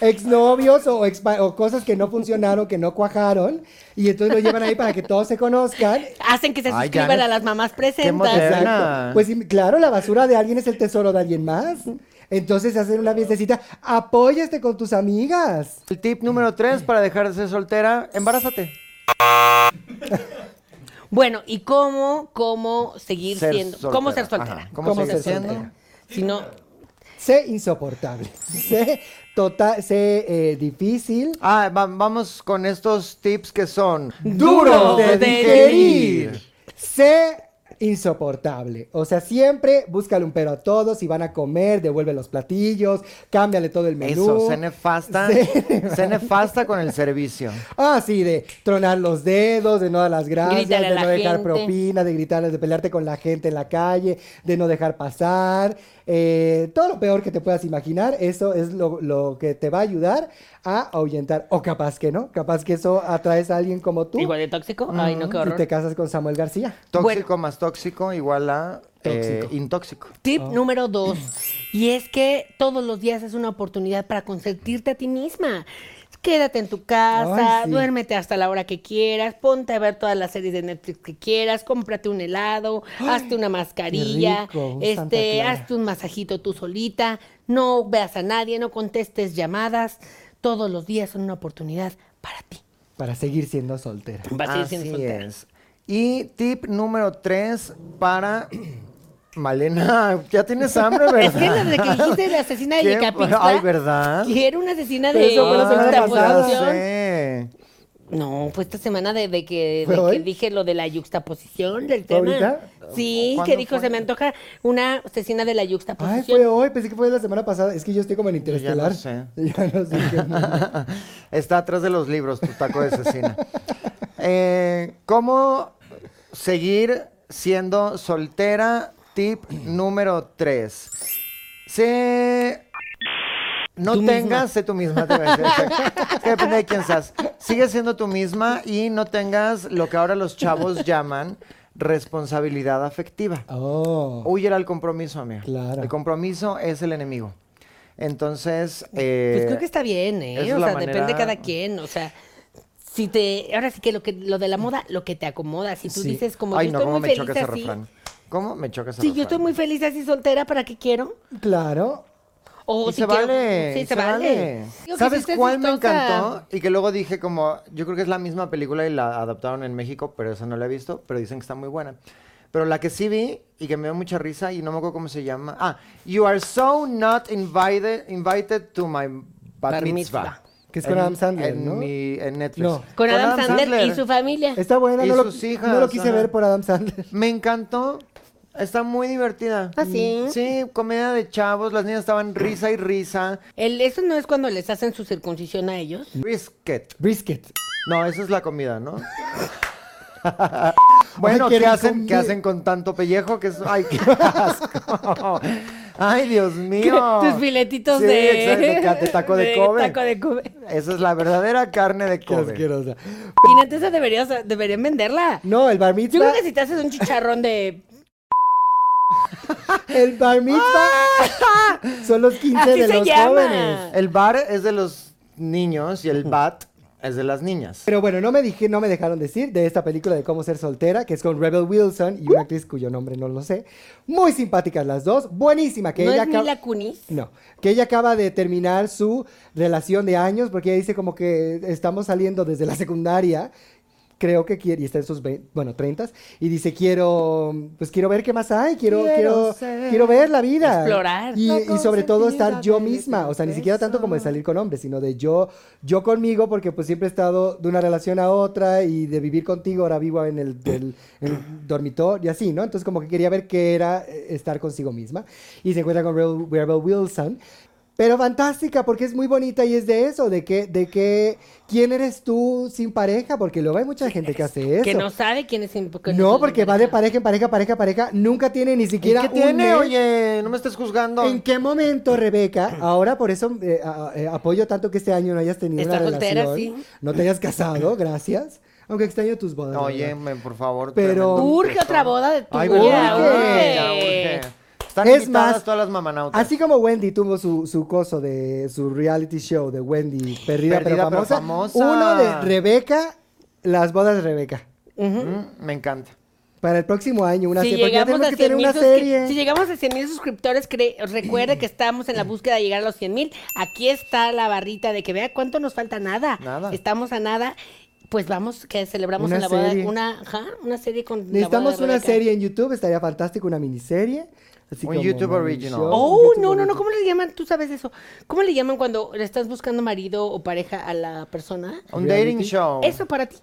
Speaker 1: exnovios o, expa- o cosas que no funcionaron, que no cuajaron, y entonces lo llevan ahí para que todos se conozcan.
Speaker 3: Hacen que se
Speaker 2: Ay,
Speaker 3: suscriban
Speaker 2: Janet,
Speaker 3: a las mamás
Speaker 2: moderna.
Speaker 3: presentes.
Speaker 2: Ana.
Speaker 1: Pues sí, claro, la basura de alguien es el tesoro de alguien más. Entonces hacen una fiestecita, apóyate con tus amigas.
Speaker 2: El tip número tres para dejar de ser soltera, embarázate.
Speaker 3: Bueno, ¿y cómo, cómo seguir
Speaker 2: Ser
Speaker 3: siendo? ¿Cómo ser
Speaker 2: soltera,
Speaker 3: soltera?
Speaker 2: ajá. ¿Cómo
Speaker 1: seguir siendo?
Speaker 3: Si no,
Speaker 1: Sé insoportable, <laughs> sé, total, sé eh, difícil.
Speaker 2: Ah, va- vamos con estos tips que son
Speaker 3: Duro de
Speaker 2: digerir.
Speaker 1: Sé insoportable. O sea, siempre búscale un pero a todos. Si van a comer, devuelve los platillos, cámbiale todo el menú.
Speaker 2: Eso, sé nefasta,
Speaker 1: Sé-
Speaker 2: sé nefasta con el
Speaker 3: <laughs>
Speaker 2: servicio.
Speaker 1: Ah, sí, de tronar los dedos, de no dar las gracias,
Speaker 3: Gritarle a
Speaker 1: de
Speaker 3: la
Speaker 1: no dejar
Speaker 3: gente.
Speaker 1: propina, de gritarles, de pelearte con la gente en la calle, de no dejar pasar. Eh, todo lo peor que te puedas imaginar, eso es lo, lo que te va a ayudar a ahuyentar. O capaz que no, capaz que eso atraes a alguien como tú Mm.
Speaker 3: igual de tóxico. Ay, no, qué
Speaker 1: y
Speaker 3: horror.
Speaker 1: te casas con Samuel García.
Speaker 2: Tóxico más tóxico igual a eh, intóxico.
Speaker 3: Tip
Speaker 1: Oh. <clears throat>
Speaker 3: número dos. Y es que todos los días es una oportunidad para consentirte a ti misma. Quédate en tu casa,
Speaker 1: Ay, sí.
Speaker 3: duérmete hasta la hora que quieras, ponte a ver todas las series de Netflix que quieras, cómprate un helado, hazte una mascarilla,
Speaker 1: rico, un Santa
Speaker 3: este,
Speaker 1: Clara.
Speaker 3: hazte un masajito tú solita, no veas a nadie, no contestes llamadas. Todos los días son una oportunidad para ti.
Speaker 1: Para seguir siendo soltera.
Speaker 3: Vas a seguir siendo
Speaker 2: Así
Speaker 3: soltera.
Speaker 2: es. Y tip número tres para <clears throat> Malena, <laughs> ya tienes hambre, ¿verdad?
Speaker 3: Es que desde que dijiste la
Speaker 1: <laughs>
Speaker 3: asesina
Speaker 2: <laughs>
Speaker 3: de
Speaker 2: ¿Qué?
Speaker 3: Yecapixtla,
Speaker 2: Ay, ¿verdad?
Speaker 3: Quiero una asesina
Speaker 1: Pero
Speaker 3: de
Speaker 1: eso fue la semana
Speaker 2: Ay,
Speaker 1: pasada.
Speaker 2: ya
Speaker 3: yuxtaposición.
Speaker 2: sé.
Speaker 3: No, fue esta semana de, de que,
Speaker 1: ¿Fue
Speaker 3: de que
Speaker 1: hoy?
Speaker 3: dije lo de la yuxtaposición del
Speaker 1: ¿Fue
Speaker 3: tema.
Speaker 1: ahorita?
Speaker 3: Sí,
Speaker 2: ¿Cuándo
Speaker 3: que dijo,
Speaker 2: fue?
Speaker 3: se me antoja una asesina de la
Speaker 1: Ay, fue
Speaker 3: yuxtaposición.
Speaker 1: hoy, pensé que fue la semana pasada. Es que yo estoy como en
Speaker 2: ya no
Speaker 1: interestelar.
Speaker 2: sé.
Speaker 1: <laughs> Ya no sé
Speaker 2: <laughs>
Speaker 1: qué onda.
Speaker 2: Está atrás de los libros, tu taco de asesina. Eh, ¿Cómo seguir siendo soltera? Tip número 3. Sé. No
Speaker 3: Tú misma.
Speaker 2: tengas, sé tú misma. te iba a decir, exacto. Es que depende de quién seas. Sigue siendo tú misma y no tengas lo que ahora los chavos llaman responsabilidad afectiva.
Speaker 1: Oh.
Speaker 2: Huye al compromiso, amigo.
Speaker 1: Claro.
Speaker 2: El compromiso es el enemigo. Entonces.
Speaker 3: Pues
Speaker 2: eh,
Speaker 3: creo que está bien, ¿eh?
Speaker 2: esa es
Speaker 3: O
Speaker 2: la
Speaker 3: sea,
Speaker 2: manera-
Speaker 3: depende de cada quien. O sea, si te. Ahora sí que lo, que lo de la moda, lo que te acomoda. Si tú
Speaker 1: Sí.
Speaker 3: dices, como
Speaker 2: Ay,
Speaker 3: yo
Speaker 2: no,
Speaker 3: estoy
Speaker 2: cómo
Speaker 3: muy
Speaker 2: me
Speaker 3: feliz
Speaker 2: choca ese
Speaker 3: así.
Speaker 2: refrán. ¿Cómo me choca ese
Speaker 3: Sí,
Speaker 2: refrán?
Speaker 3: yo estoy muy feliz así soltera, ¿para qué quiero?
Speaker 1: Claro.
Speaker 3: O
Speaker 2: Y
Speaker 3: si
Speaker 2: se
Speaker 3: quiero-
Speaker 2: vale.
Speaker 3: Oh, Sí,
Speaker 2: y
Speaker 3: se, vale. Digo que
Speaker 2: ¿Sabes
Speaker 3: si estés
Speaker 2: cuál me
Speaker 3: chistosa-
Speaker 2: encantó? Y que luego dije como, yo creo que es la misma película y la adaptaron en México, pero esa no la he visto, pero dicen que está muy buena. Pero la que sí vi y que me dio mucha risa y no me acuerdo cómo se llama. Ah, You Are So Not Invited, invited to My Bat
Speaker 3: Bar
Speaker 2: Mitzvah.
Speaker 3: mitzvah.
Speaker 1: Que es con
Speaker 2: En-
Speaker 1: Adam Sandler,
Speaker 2: en
Speaker 1: ¿no?
Speaker 2: mi- en Netflix.
Speaker 1: No.
Speaker 3: Con Adam, Sandler, y su familia.
Speaker 1: Está buena,
Speaker 2: Y
Speaker 1: no lo,
Speaker 2: sus hijas,
Speaker 1: no lo quise
Speaker 2: ajá.
Speaker 1: ver por Adam Sandler. <laughs>
Speaker 2: Me encantó. Está muy divertida. Mm,
Speaker 3: ¿Ah, sí?
Speaker 2: Sí, comedia de chavos. Las niñas estaban risa y risa.
Speaker 3: El, eso no es cuando les hacen su circuncisión a ellos.
Speaker 2: Brisket.
Speaker 1: Brisket.
Speaker 2: No, esa es la comida, ¿no? bueno,
Speaker 1: Ay, qué
Speaker 2: ¿qué
Speaker 1: rico,
Speaker 2: hacen, ¿qué
Speaker 1: mi-
Speaker 2: hacen con tanto pellejo? Que es... ¡Ay, qué asco! Ay,
Speaker 1: <laughs>
Speaker 2: Dios mío.
Speaker 3: Tus filetitos
Speaker 2: Sí,
Speaker 3: de...
Speaker 2: exacto, ca- de
Speaker 3: <laughs>
Speaker 2: taco de Kobe.
Speaker 3: taco de Kobe.
Speaker 2: Esa es la verdadera carne
Speaker 1: <laughs>
Speaker 2: de
Speaker 1: Qué
Speaker 2: Kobe.
Speaker 1: asquerosa.
Speaker 3: Imagínate, esa deberías, deberían venderla.
Speaker 1: No, el bar mitzvah.
Speaker 3: Yo creo que si te haces un chicharrón de...
Speaker 1: El bar
Speaker 2: <laughs>
Speaker 1: mitzvah son los 15
Speaker 3: Así
Speaker 1: de
Speaker 3: se
Speaker 1: los
Speaker 3: llama.
Speaker 1: jóvenes.
Speaker 2: El bar es de los niños y el bat es de las niñas.
Speaker 1: Pero bueno, no me dije, no me dejaron decir de esta película de cómo ser soltera, que es con Rebel Wilson y una actriz cuyo nombre no lo sé. Muy simpáticas las dos, buenísima que
Speaker 3: ¿No
Speaker 1: ella
Speaker 3: es
Speaker 1: acaba-
Speaker 3: Mila Kunis?
Speaker 1: No, que ella acaba de terminar su relación de años porque ella dice como que estamos saliendo desde la secundaria. Creo que quiere, y está en sus, vein- bueno, 30 y dice, quiero, pues quiero ver qué más hay, quiero,
Speaker 2: Quiero
Speaker 1: quiero,
Speaker 2: ser-
Speaker 1: quiero ver la vida.
Speaker 3: Explorar.
Speaker 1: Y,
Speaker 2: La
Speaker 1: y sobre todo estar yo
Speaker 2: consentida de
Speaker 1: misma, o sea, ni
Speaker 2: este
Speaker 1: siquiera tanto como de salir con hombres, sino de yo, yo conmigo, porque pues siempre he estado de una relación a otra y de vivir contigo, ahora vivo en el, del- el dormitorio y así, ¿no? Entonces como que quería ver qué era eh, estar consigo misma. Y se encuentra con Rebel, Rebel Wilson. Pero fantástica, porque es muy bonita y es de eso, de que, de que, ¿quién eres tú sin pareja? Porque luego hay mucha gente que hace eso.
Speaker 3: Que no sabe quién es... que
Speaker 1: No, porque va de
Speaker 3: pareja.
Speaker 1: pareja en pareja, pareja, pareja, nunca tiene ni siquiera
Speaker 2: ¿Qué
Speaker 1: un
Speaker 2: tiene?
Speaker 1: mes.
Speaker 2: Oye, no me estés juzgando.
Speaker 1: ¿En qué momento,
Speaker 2: <clears throat>
Speaker 1: Rebeca? Ahora por eso eh, a- eh, apoyo tanto que este año no hayas tenido
Speaker 3: Está
Speaker 1: una
Speaker 3: soltera,
Speaker 1: relación.
Speaker 3: sí.
Speaker 1: No te hayas casado, gracias. Aunque extraño tus bodas. la
Speaker 2: Oye,
Speaker 1: verdad.
Speaker 2: me- por favor.
Speaker 1: Pero-
Speaker 2: tremendo
Speaker 3: Urge
Speaker 2: gusto.
Speaker 3: otra boda de tu
Speaker 2: Ay,
Speaker 1: urge.
Speaker 2: ya,
Speaker 1: urge.
Speaker 2: urge, ya, urge. Están
Speaker 1: Es
Speaker 2: invitadas
Speaker 1: más,
Speaker 2: todas las mamanautas.
Speaker 1: Así como Wendy tuvo su, su coso de su reality show de Wendy Perdida, pero,
Speaker 2: Perdida pero
Speaker 1: famosa,
Speaker 2: famosa.
Speaker 1: Uno de Rebeca, las bodas de Rebeca.
Speaker 2: Mm, me encanta.
Speaker 1: Para el próximo año, una
Speaker 3: si
Speaker 1: serie. Porque ya
Speaker 3: llegamos,
Speaker 1: tenemos
Speaker 3: a
Speaker 1: que tener
Speaker 3: 100,000
Speaker 1: una
Speaker 3: suscri-
Speaker 1: serie. Mm.
Speaker 3: si llegamos a 100 mil suscriptores, cre- recuerde que estamos en la búsqueda de llegar a los 100 mil. Aquí está la barrita de que vea cuánto nos falta nada.
Speaker 2: Nada.
Speaker 3: Estamos a nada. Pues vamos, que celebramos
Speaker 1: Una
Speaker 3: en la boda
Speaker 1: serie.
Speaker 3: una, ajá, una serie con la boda de
Speaker 1: Necesitamos una
Speaker 3: Rebeca.
Speaker 1: serie en YouTube, estaría fantástico, una miniserie. Así
Speaker 2: Un
Speaker 1: como
Speaker 2: YouTube
Speaker 1: Mami
Speaker 2: original.
Speaker 1: Show, un YouTube
Speaker 3: Oh, no, no, no,
Speaker 1: original.
Speaker 3: ¿cómo le llaman? Tú sabes eso. ¿Cómo le llaman cuando le estás buscando marido o pareja a la persona?
Speaker 2: Un
Speaker 1: Reality.
Speaker 2: dating show.
Speaker 3: Eso para ti.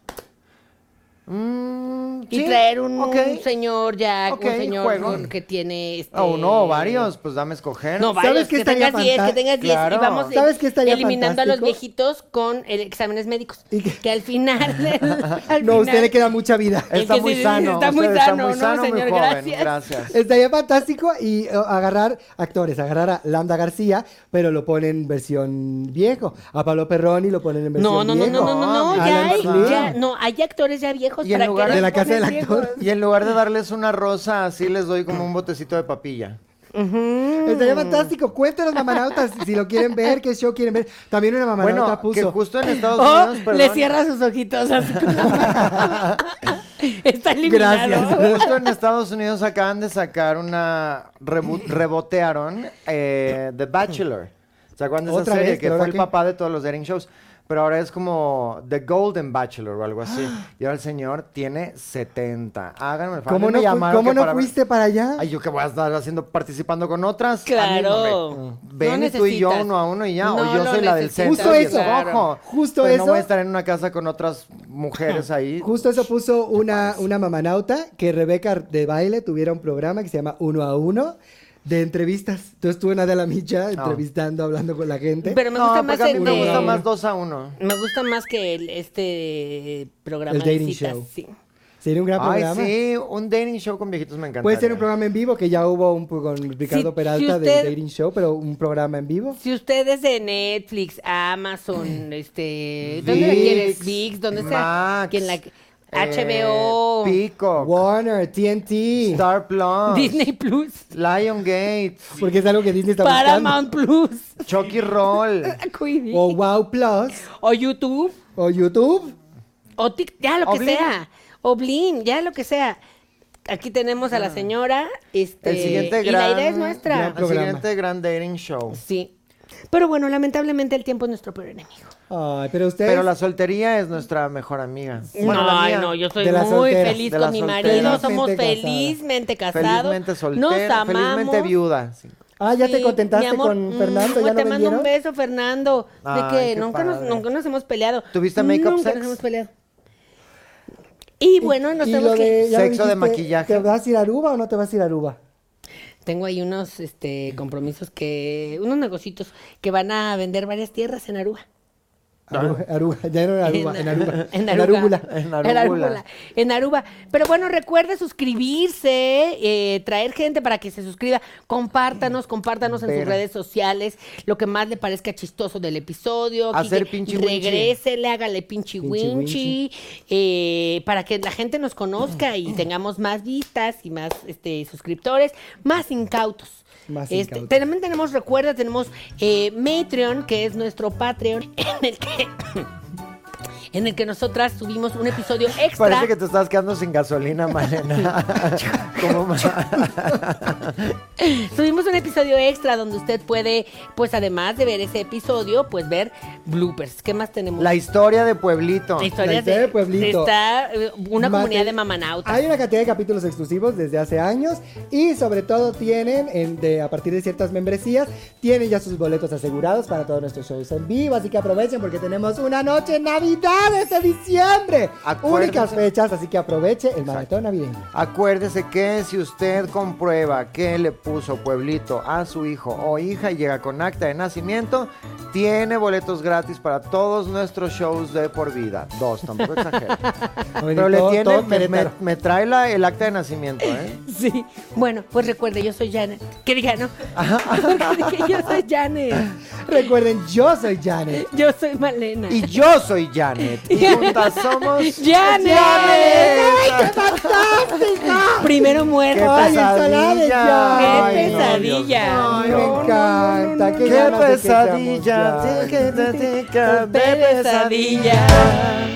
Speaker 2: Mm,
Speaker 3: Y
Speaker 2: sí,
Speaker 3: traer un,
Speaker 2: ok.
Speaker 3: señor ya,
Speaker 2: Ok,
Speaker 3: un señor
Speaker 2: juego.
Speaker 3: que tiene... Este...
Speaker 2: A uno Ah, o varios, pues dame a escoger.
Speaker 3: No,
Speaker 1: Oh, ¿Sabes
Speaker 3: varios,
Speaker 1: qué
Speaker 3: que
Speaker 1: estaría
Speaker 3: tengas 10, que
Speaker 1: fanta-
Speaker 3: tengas 10 y
Speaker 2: Claro.
Speaker 3: vamos eh,
Speaker 1: ¿Sabes qué estaría
Speaker 3: eliminando a los
Speaker 1: fantástico?
Speaker 3: viejitos con eh, exámenes médicos.
Speaker 1: ¿Y qué?
Speaker 3: que... al final...
Speaker 1: <laughs>
Speaker 3: al
Speaker 1: No, a usted
Speaker 3: final-
Speaker 1: le queda mucha vida.
Speaker 3: El
Speaker 2: Está
Speaker 3: que
Speaker 2: muy
Speaker 3: sí,
Speaker 2: sano.
Speaker 3: está
Speaker 2: usted
Speaker 3: muy sano, ¿no,
Speaker 2: muy
Speaker 3: señor?
Speaker 2: joven.
Speaker 3: Gracias. <laughs>
Speaker 2: Gracias.
Speaker 1: Estaría fantástico y eh, agarrar actores, agarrar a Lambda García, pero lo ponen versión viejo. A Pablo Perroni lo ponen en versión
Speaker 3: No, no, no,
Speaker 1: viejo. Ah,
Speaker 3: no, no, no, no,
Speaker 1: A
Speaker 3: ya
Speaker 1: Alan
Speaker 3: hay,
Speaker 1: Slim.
Speaker 3: ya, no, hay actores ya viejos
Speaker 2: Y en
Speaker 3: para
Speaker 2: lugar
Speaker 3: que
Speaker 1: de
Speaker 3: los
Speaker 1: la casa del
Speaker 3: ponen
Speaker 1: actor.
Speaker 3: viejos.
Speaker 2: Y en lugar de darles una rosa, así les doy como un botecito de papilla.
Speaker 1: Estaría fantástico. Cuéntenos, mamanautas, si lo quieren ver, qué show quieren ver. También una mamanauta
Speaker 2: Bueno, que
Speaker 1: puso.
Speaker 2: justo
Speaker 3: <laughs>
Speaker 2: en Estados
Speaker 3: O
Speaker 2: Unidos, perdón,
Speaker 3: Oh, le cierra sus ojitos así con la-
Speaker 2: <laughs>
Speaker 3: Está eliminado.
Speaker 1: Gracias.
Speaker 2: Justo en Estados Unidos acaban de sacar una
Speaker 1: <laughs>
Speaker 2: rebu- rebotearon eh, The Bachelor. ¿Se acuerdan de esa
Speaker 1: Otra
Speaker 2: serie?
Speaker 1: vez,
Speaker 2: que
Speaker 1: pero
Speaker 2: fue
Speaker 1: ahora
Speaker 2: el
Speaker 1: qué?
Speaker 2: papá de todos los dating shows. Pero ahora es como The Golden Bachelor o
Speaker 1: <gasps>
Speaker 2: algo así. Y ahora el señor tiene 70. Háganme el favor.
Speaker 1: ¿Cómo
Speaker 2: a mí me
Speaker 1: no, fu-
Speaker 2: llamaron
Speaker 1: cómo
Speaker 2: que
Speaker 1: no
Speaker 2: para-
Speaker 1: fuiste para allá?
Speaker 2: Ay, yo qué voy a estar haciendo participando con otras.
Speaker 3: Claro.
Speaker 2: Anímame.
Speaker 3: No
Speaker 2: Mm. Ven y tú y yo
Speaker 3: necesitas.
Speaker 2: uno a uno y ya.
Speaker 3: No
Speaker 2: o yo
Speaker 3: lo
Speaker 2: soy la del
Speaker 3: necesitas,
Speaker 2: centro.
Speaker 1: Justo
Speaker 2: y
Speaker 1: eso.
Speaker 2: escojo.
Speaker 1: Justo
Speaker 2: Pero
Speaker 1: eso.
Speaker 2: No voy a estar en una casa con otras mujeres ahí.
Speaker 1: Justo eso puso una, una mamanauta que Rebeca de baile tuviera un programa que se llama Uno a Uno de entrevistas. Entonces estuve en Adela Micha entrevistando, hablando con la gente.
Speaker 3: Pero me gusta
Speaker 2: no,
Speaker 3: más
Speaker 2: porque a mí
Speaker 3: el
Speaker 2: me
Speaker 3: de-
Speaker 2: gusta más dos a uno.
Speaker 3: Me gusta más que el, este programa
Speaker 1: El
Speaker 3: de
Speaker 1: dating
Speaker 3: citas,
Speaker 1: show.
Speaker 3: sí.
Speaker 1: Sería un gran
Speaker 2: Ay,
Speaker 1: programa.
Speaker 2: sí, un dating show con viejitos me encanta.
Speaker 1: Puede ser un programa en vivo, que ya hubo un po- con Ricardo
Speaker 3: si
Speaker 1: Peralta
Speaker 3: usted-
Speaker 1: del Dating Show, pero un programa en vivo.
Speaker 3: Si ustedes de Netflix, Amazon, este, ¿dónde la
Speaker 2: Vix,
Speaker 3: quieres? Vix, donde sea,
Speaker 2: Max, eh,
Speaker 3: quien la
Speaker 2: HBO,
Speaker 3: HBO,
Speaker 2: Eh, Peacock,
Speaker 1: Warner, TNT,
Speaker 2: Star Plus,
Speaker 3: Disney Plus,
Speaker 2: Lion Gate,
Speaker 1: porque es algo que Disney está
Speaker 3: Paramount Plus, <laughs>
Speaker 2: Chucky Roll.
Speaker 3: Quibi,
Speaker 1: buscando. O Wow Plus,
Speaker 3: o YouTube,
Speaker 1: o YouTube.
Speaker 3: o Tik, ya lo que
Speaker 2: O Blim.
Speaker 3: sea, o Blim, ya lo que sea. Aquí tenemos a la señora, este,
Speaker 2: Ah. El siguiente
Speaker 3: y
Speaker 2: gran,
Speaker 3: la idea es nuestra.
Speaker 1: gran
Speaker 2: El
Speaker 1: programa.
Speaker 2: siguiente gran dating show.
Speaker 3: Sí. Pero bueno, lamentablemente el tiempo es nuestro peor enemigo.
Speaker 1: Ay, pero ustedes...
Speaker 2: Pero la soltería es nuestra mejor amiga. Bueno, la
Speaker 3: no,
Speaker 2: mía.
Speaker 3: no, yo soy
Speaker 1: De la
Speaker 3: muy
Speaker 1: soltera,
Speaker 3: feliz
Speaker 2: de la
Speaker 3: con mi
Speaker 2: soltera.
Speaker 3: marido, somos
Speaker 1: Felizmente casada.
Speaker 3: felizmente casados,
Speaker 2: Felizmente
Speaker 3: nos
Speaker 2: soltera,
Speaker 3: amamos.
Speaker 2: felizmente viuda. sí.
Speaker 1: Ah, ya te
Speaker 3: Sí,
Speaker 1: contentaste
Speaker 3: mi amor,
Speaker 1: con Fernando,
Speaker 3: mm,
Speaker 1: ya
Speaker 3: te
Speaker 1: no
Speaker 3: mando un
Speaker 1: vendieron.
Speaker 3: beso, Fernando.
Speaker 2: Ay,
Speaker 3: de que
Speaker 2: qué
Speaker 3: nunca nos,
Speaker 2: padre.
Speaker 3: nunca nos hemos peleado.
Speaker 2: ¿Tuviste make-up
Speaker 3: Nunca
Speaker 2: sex?
Speaker 3: nos hemos peleado. Y bueno, nos
Speaker 1: Y
Speaker 3: tenemos
Speaker 1: lo
Speaker 3: que...
Speaker 1: de- ya lo
Speaker 2: Sexo
Speaker 1: dijiste,
Speaker 2: de maquillaje.
Speaker 1: ¿Te vas a ir a Aruba o no te vas a ir a Aruba?
Speaker 3: Tengo ahí unos este, compromisos que... Unos negocitos que van a vender varias tierras en Aruba.
Speaker 1: Aruga, aruga, ya no en Aruba, en Aruba.
Speaker 3: <laughs> En
Speaker 1: en
Speaker 3: Aruba.
Speaker 1: Arúgula.
Speaker 2: En
Speaker 3: En
Speaker 2: Arúgula.
Speaker 3: Arúgula, en Aruba. Pero bueno, recuerde suscribirse, eh, traer gente para que se suscriba. Compártanos, compártanos en sus
Speaker 2: Ver.
Speaker 3: redes sociales lo que más le parezca chistoso del episodio.
Speaker 2: Hacer
Speaker 3: Quique,
Speaker 2: pinche winchi.
Speaker 3: Regrésele, hágale pinche
Speaker 1: Pinche
Speaker 3: winchi. eh, para que la gente nos conozca y tengamos más vistas y más este, suscriptores, más incautos.
Speaker 1: Más
Speaker 3: Este,
Speaker 1: incautos.
Speaker 3: También tenemos, recuerda, tenemos eh, Matreon, que es nuestro Patreon, <coughs> en el que en el que nosotras subimos un episodio extra.
Speaker 2: Parece que te estás quedando sin gasolina,
Speaker 3: <laughs>
Speaker 2: Malena. <laughs> Como ma-
Speaker 3: Subimos un episodio extra donde usted puede, pues además de ver ese episodio, pues ver bloopers. ¿Qué más tenemos?
Speaker 2: La historia de Pueblito.
Speaker 1: la
Speaker 3: historia
Speaker 1: historia de Pueblito.
Speaker 3: está eh, una
Speaker 1: Mate-
Speaker 3: comunidad de mamanautas.
Speaker 1: Hay una cantidad de capítulos exclusivos desde hace años y sobre todo tienen, en- de- a partir de ciertas membresías, tienen ya sus boletos asegurados para todos nuestros shows en vivo, así que aprovechen porque tenemos una noche en Navidad este diciembre.
Speaker 2: Acuérdense.
Speaker 1: Únicas fechas, así que aproveche el maratón
Speaker 2: <laughs>
Speaker 1: navideño.
Speaker 2: Acuérdese que si usted comprueba que le puso Pueblito a su hijo o hija y llega con acta de nacimiento, tiene boletos gratis para todos nuestros shows de por vida. Dos, tampoco
Speaker 1: <laughs>
Speaker 2: exagero. Pero le
Speaker 1: Todo-
Speaker 2: tiene,
Speaker 1: todo
Speaker 2: me, me-
Speaker 1: Querétaro.
Speaker 2: me trae la- el acta de nacimiento,
Speaker 1: <laughs>
Speaker 2: ¿eh?
Speaker 3: Sí. Bueno, pues recuerde, yo soy Janet. Que diga, ¿no? <laughs> que dije, yo soy Janet.
Speaker 1: Recuerden, yo soy Janet.
Speaker 3: Yo soy Malena.
Speaker 2: Y yo soy
Speaker 1: <laughs>
Speaker 2: Janet. Y juntas somos.
Speaker 3: ¡Janet!
Speaker 1: ¡Ay, qué <laughs>
Speaker 2: ¡Janet!
Speaker 1: fantástico!
Speaker 3: Primero
Speaker 2: ¡Qué
Speaker 3: muerto.
Speaker 1: Ay, ensalada,
Speaker 2: pesadilla!
Speaker 1: ya.
Speaker 2: Ay,
Speaker 3: Qué
Speaker 2: no, Dios
Speaker 3: pesadilla.
Speaker 1: Ay,
Speaker 2: mío.
Speaker 1: me encanta.
Speaker 2: ¡Qué
Speaker 1: ganas de que seamos
Speaker 3: <laughs>
Speaker 2: pesadilla!
Speaker 1: ya.
Speaker 2: ¡Qué pesadilla!
Speaker 3: pesadilla.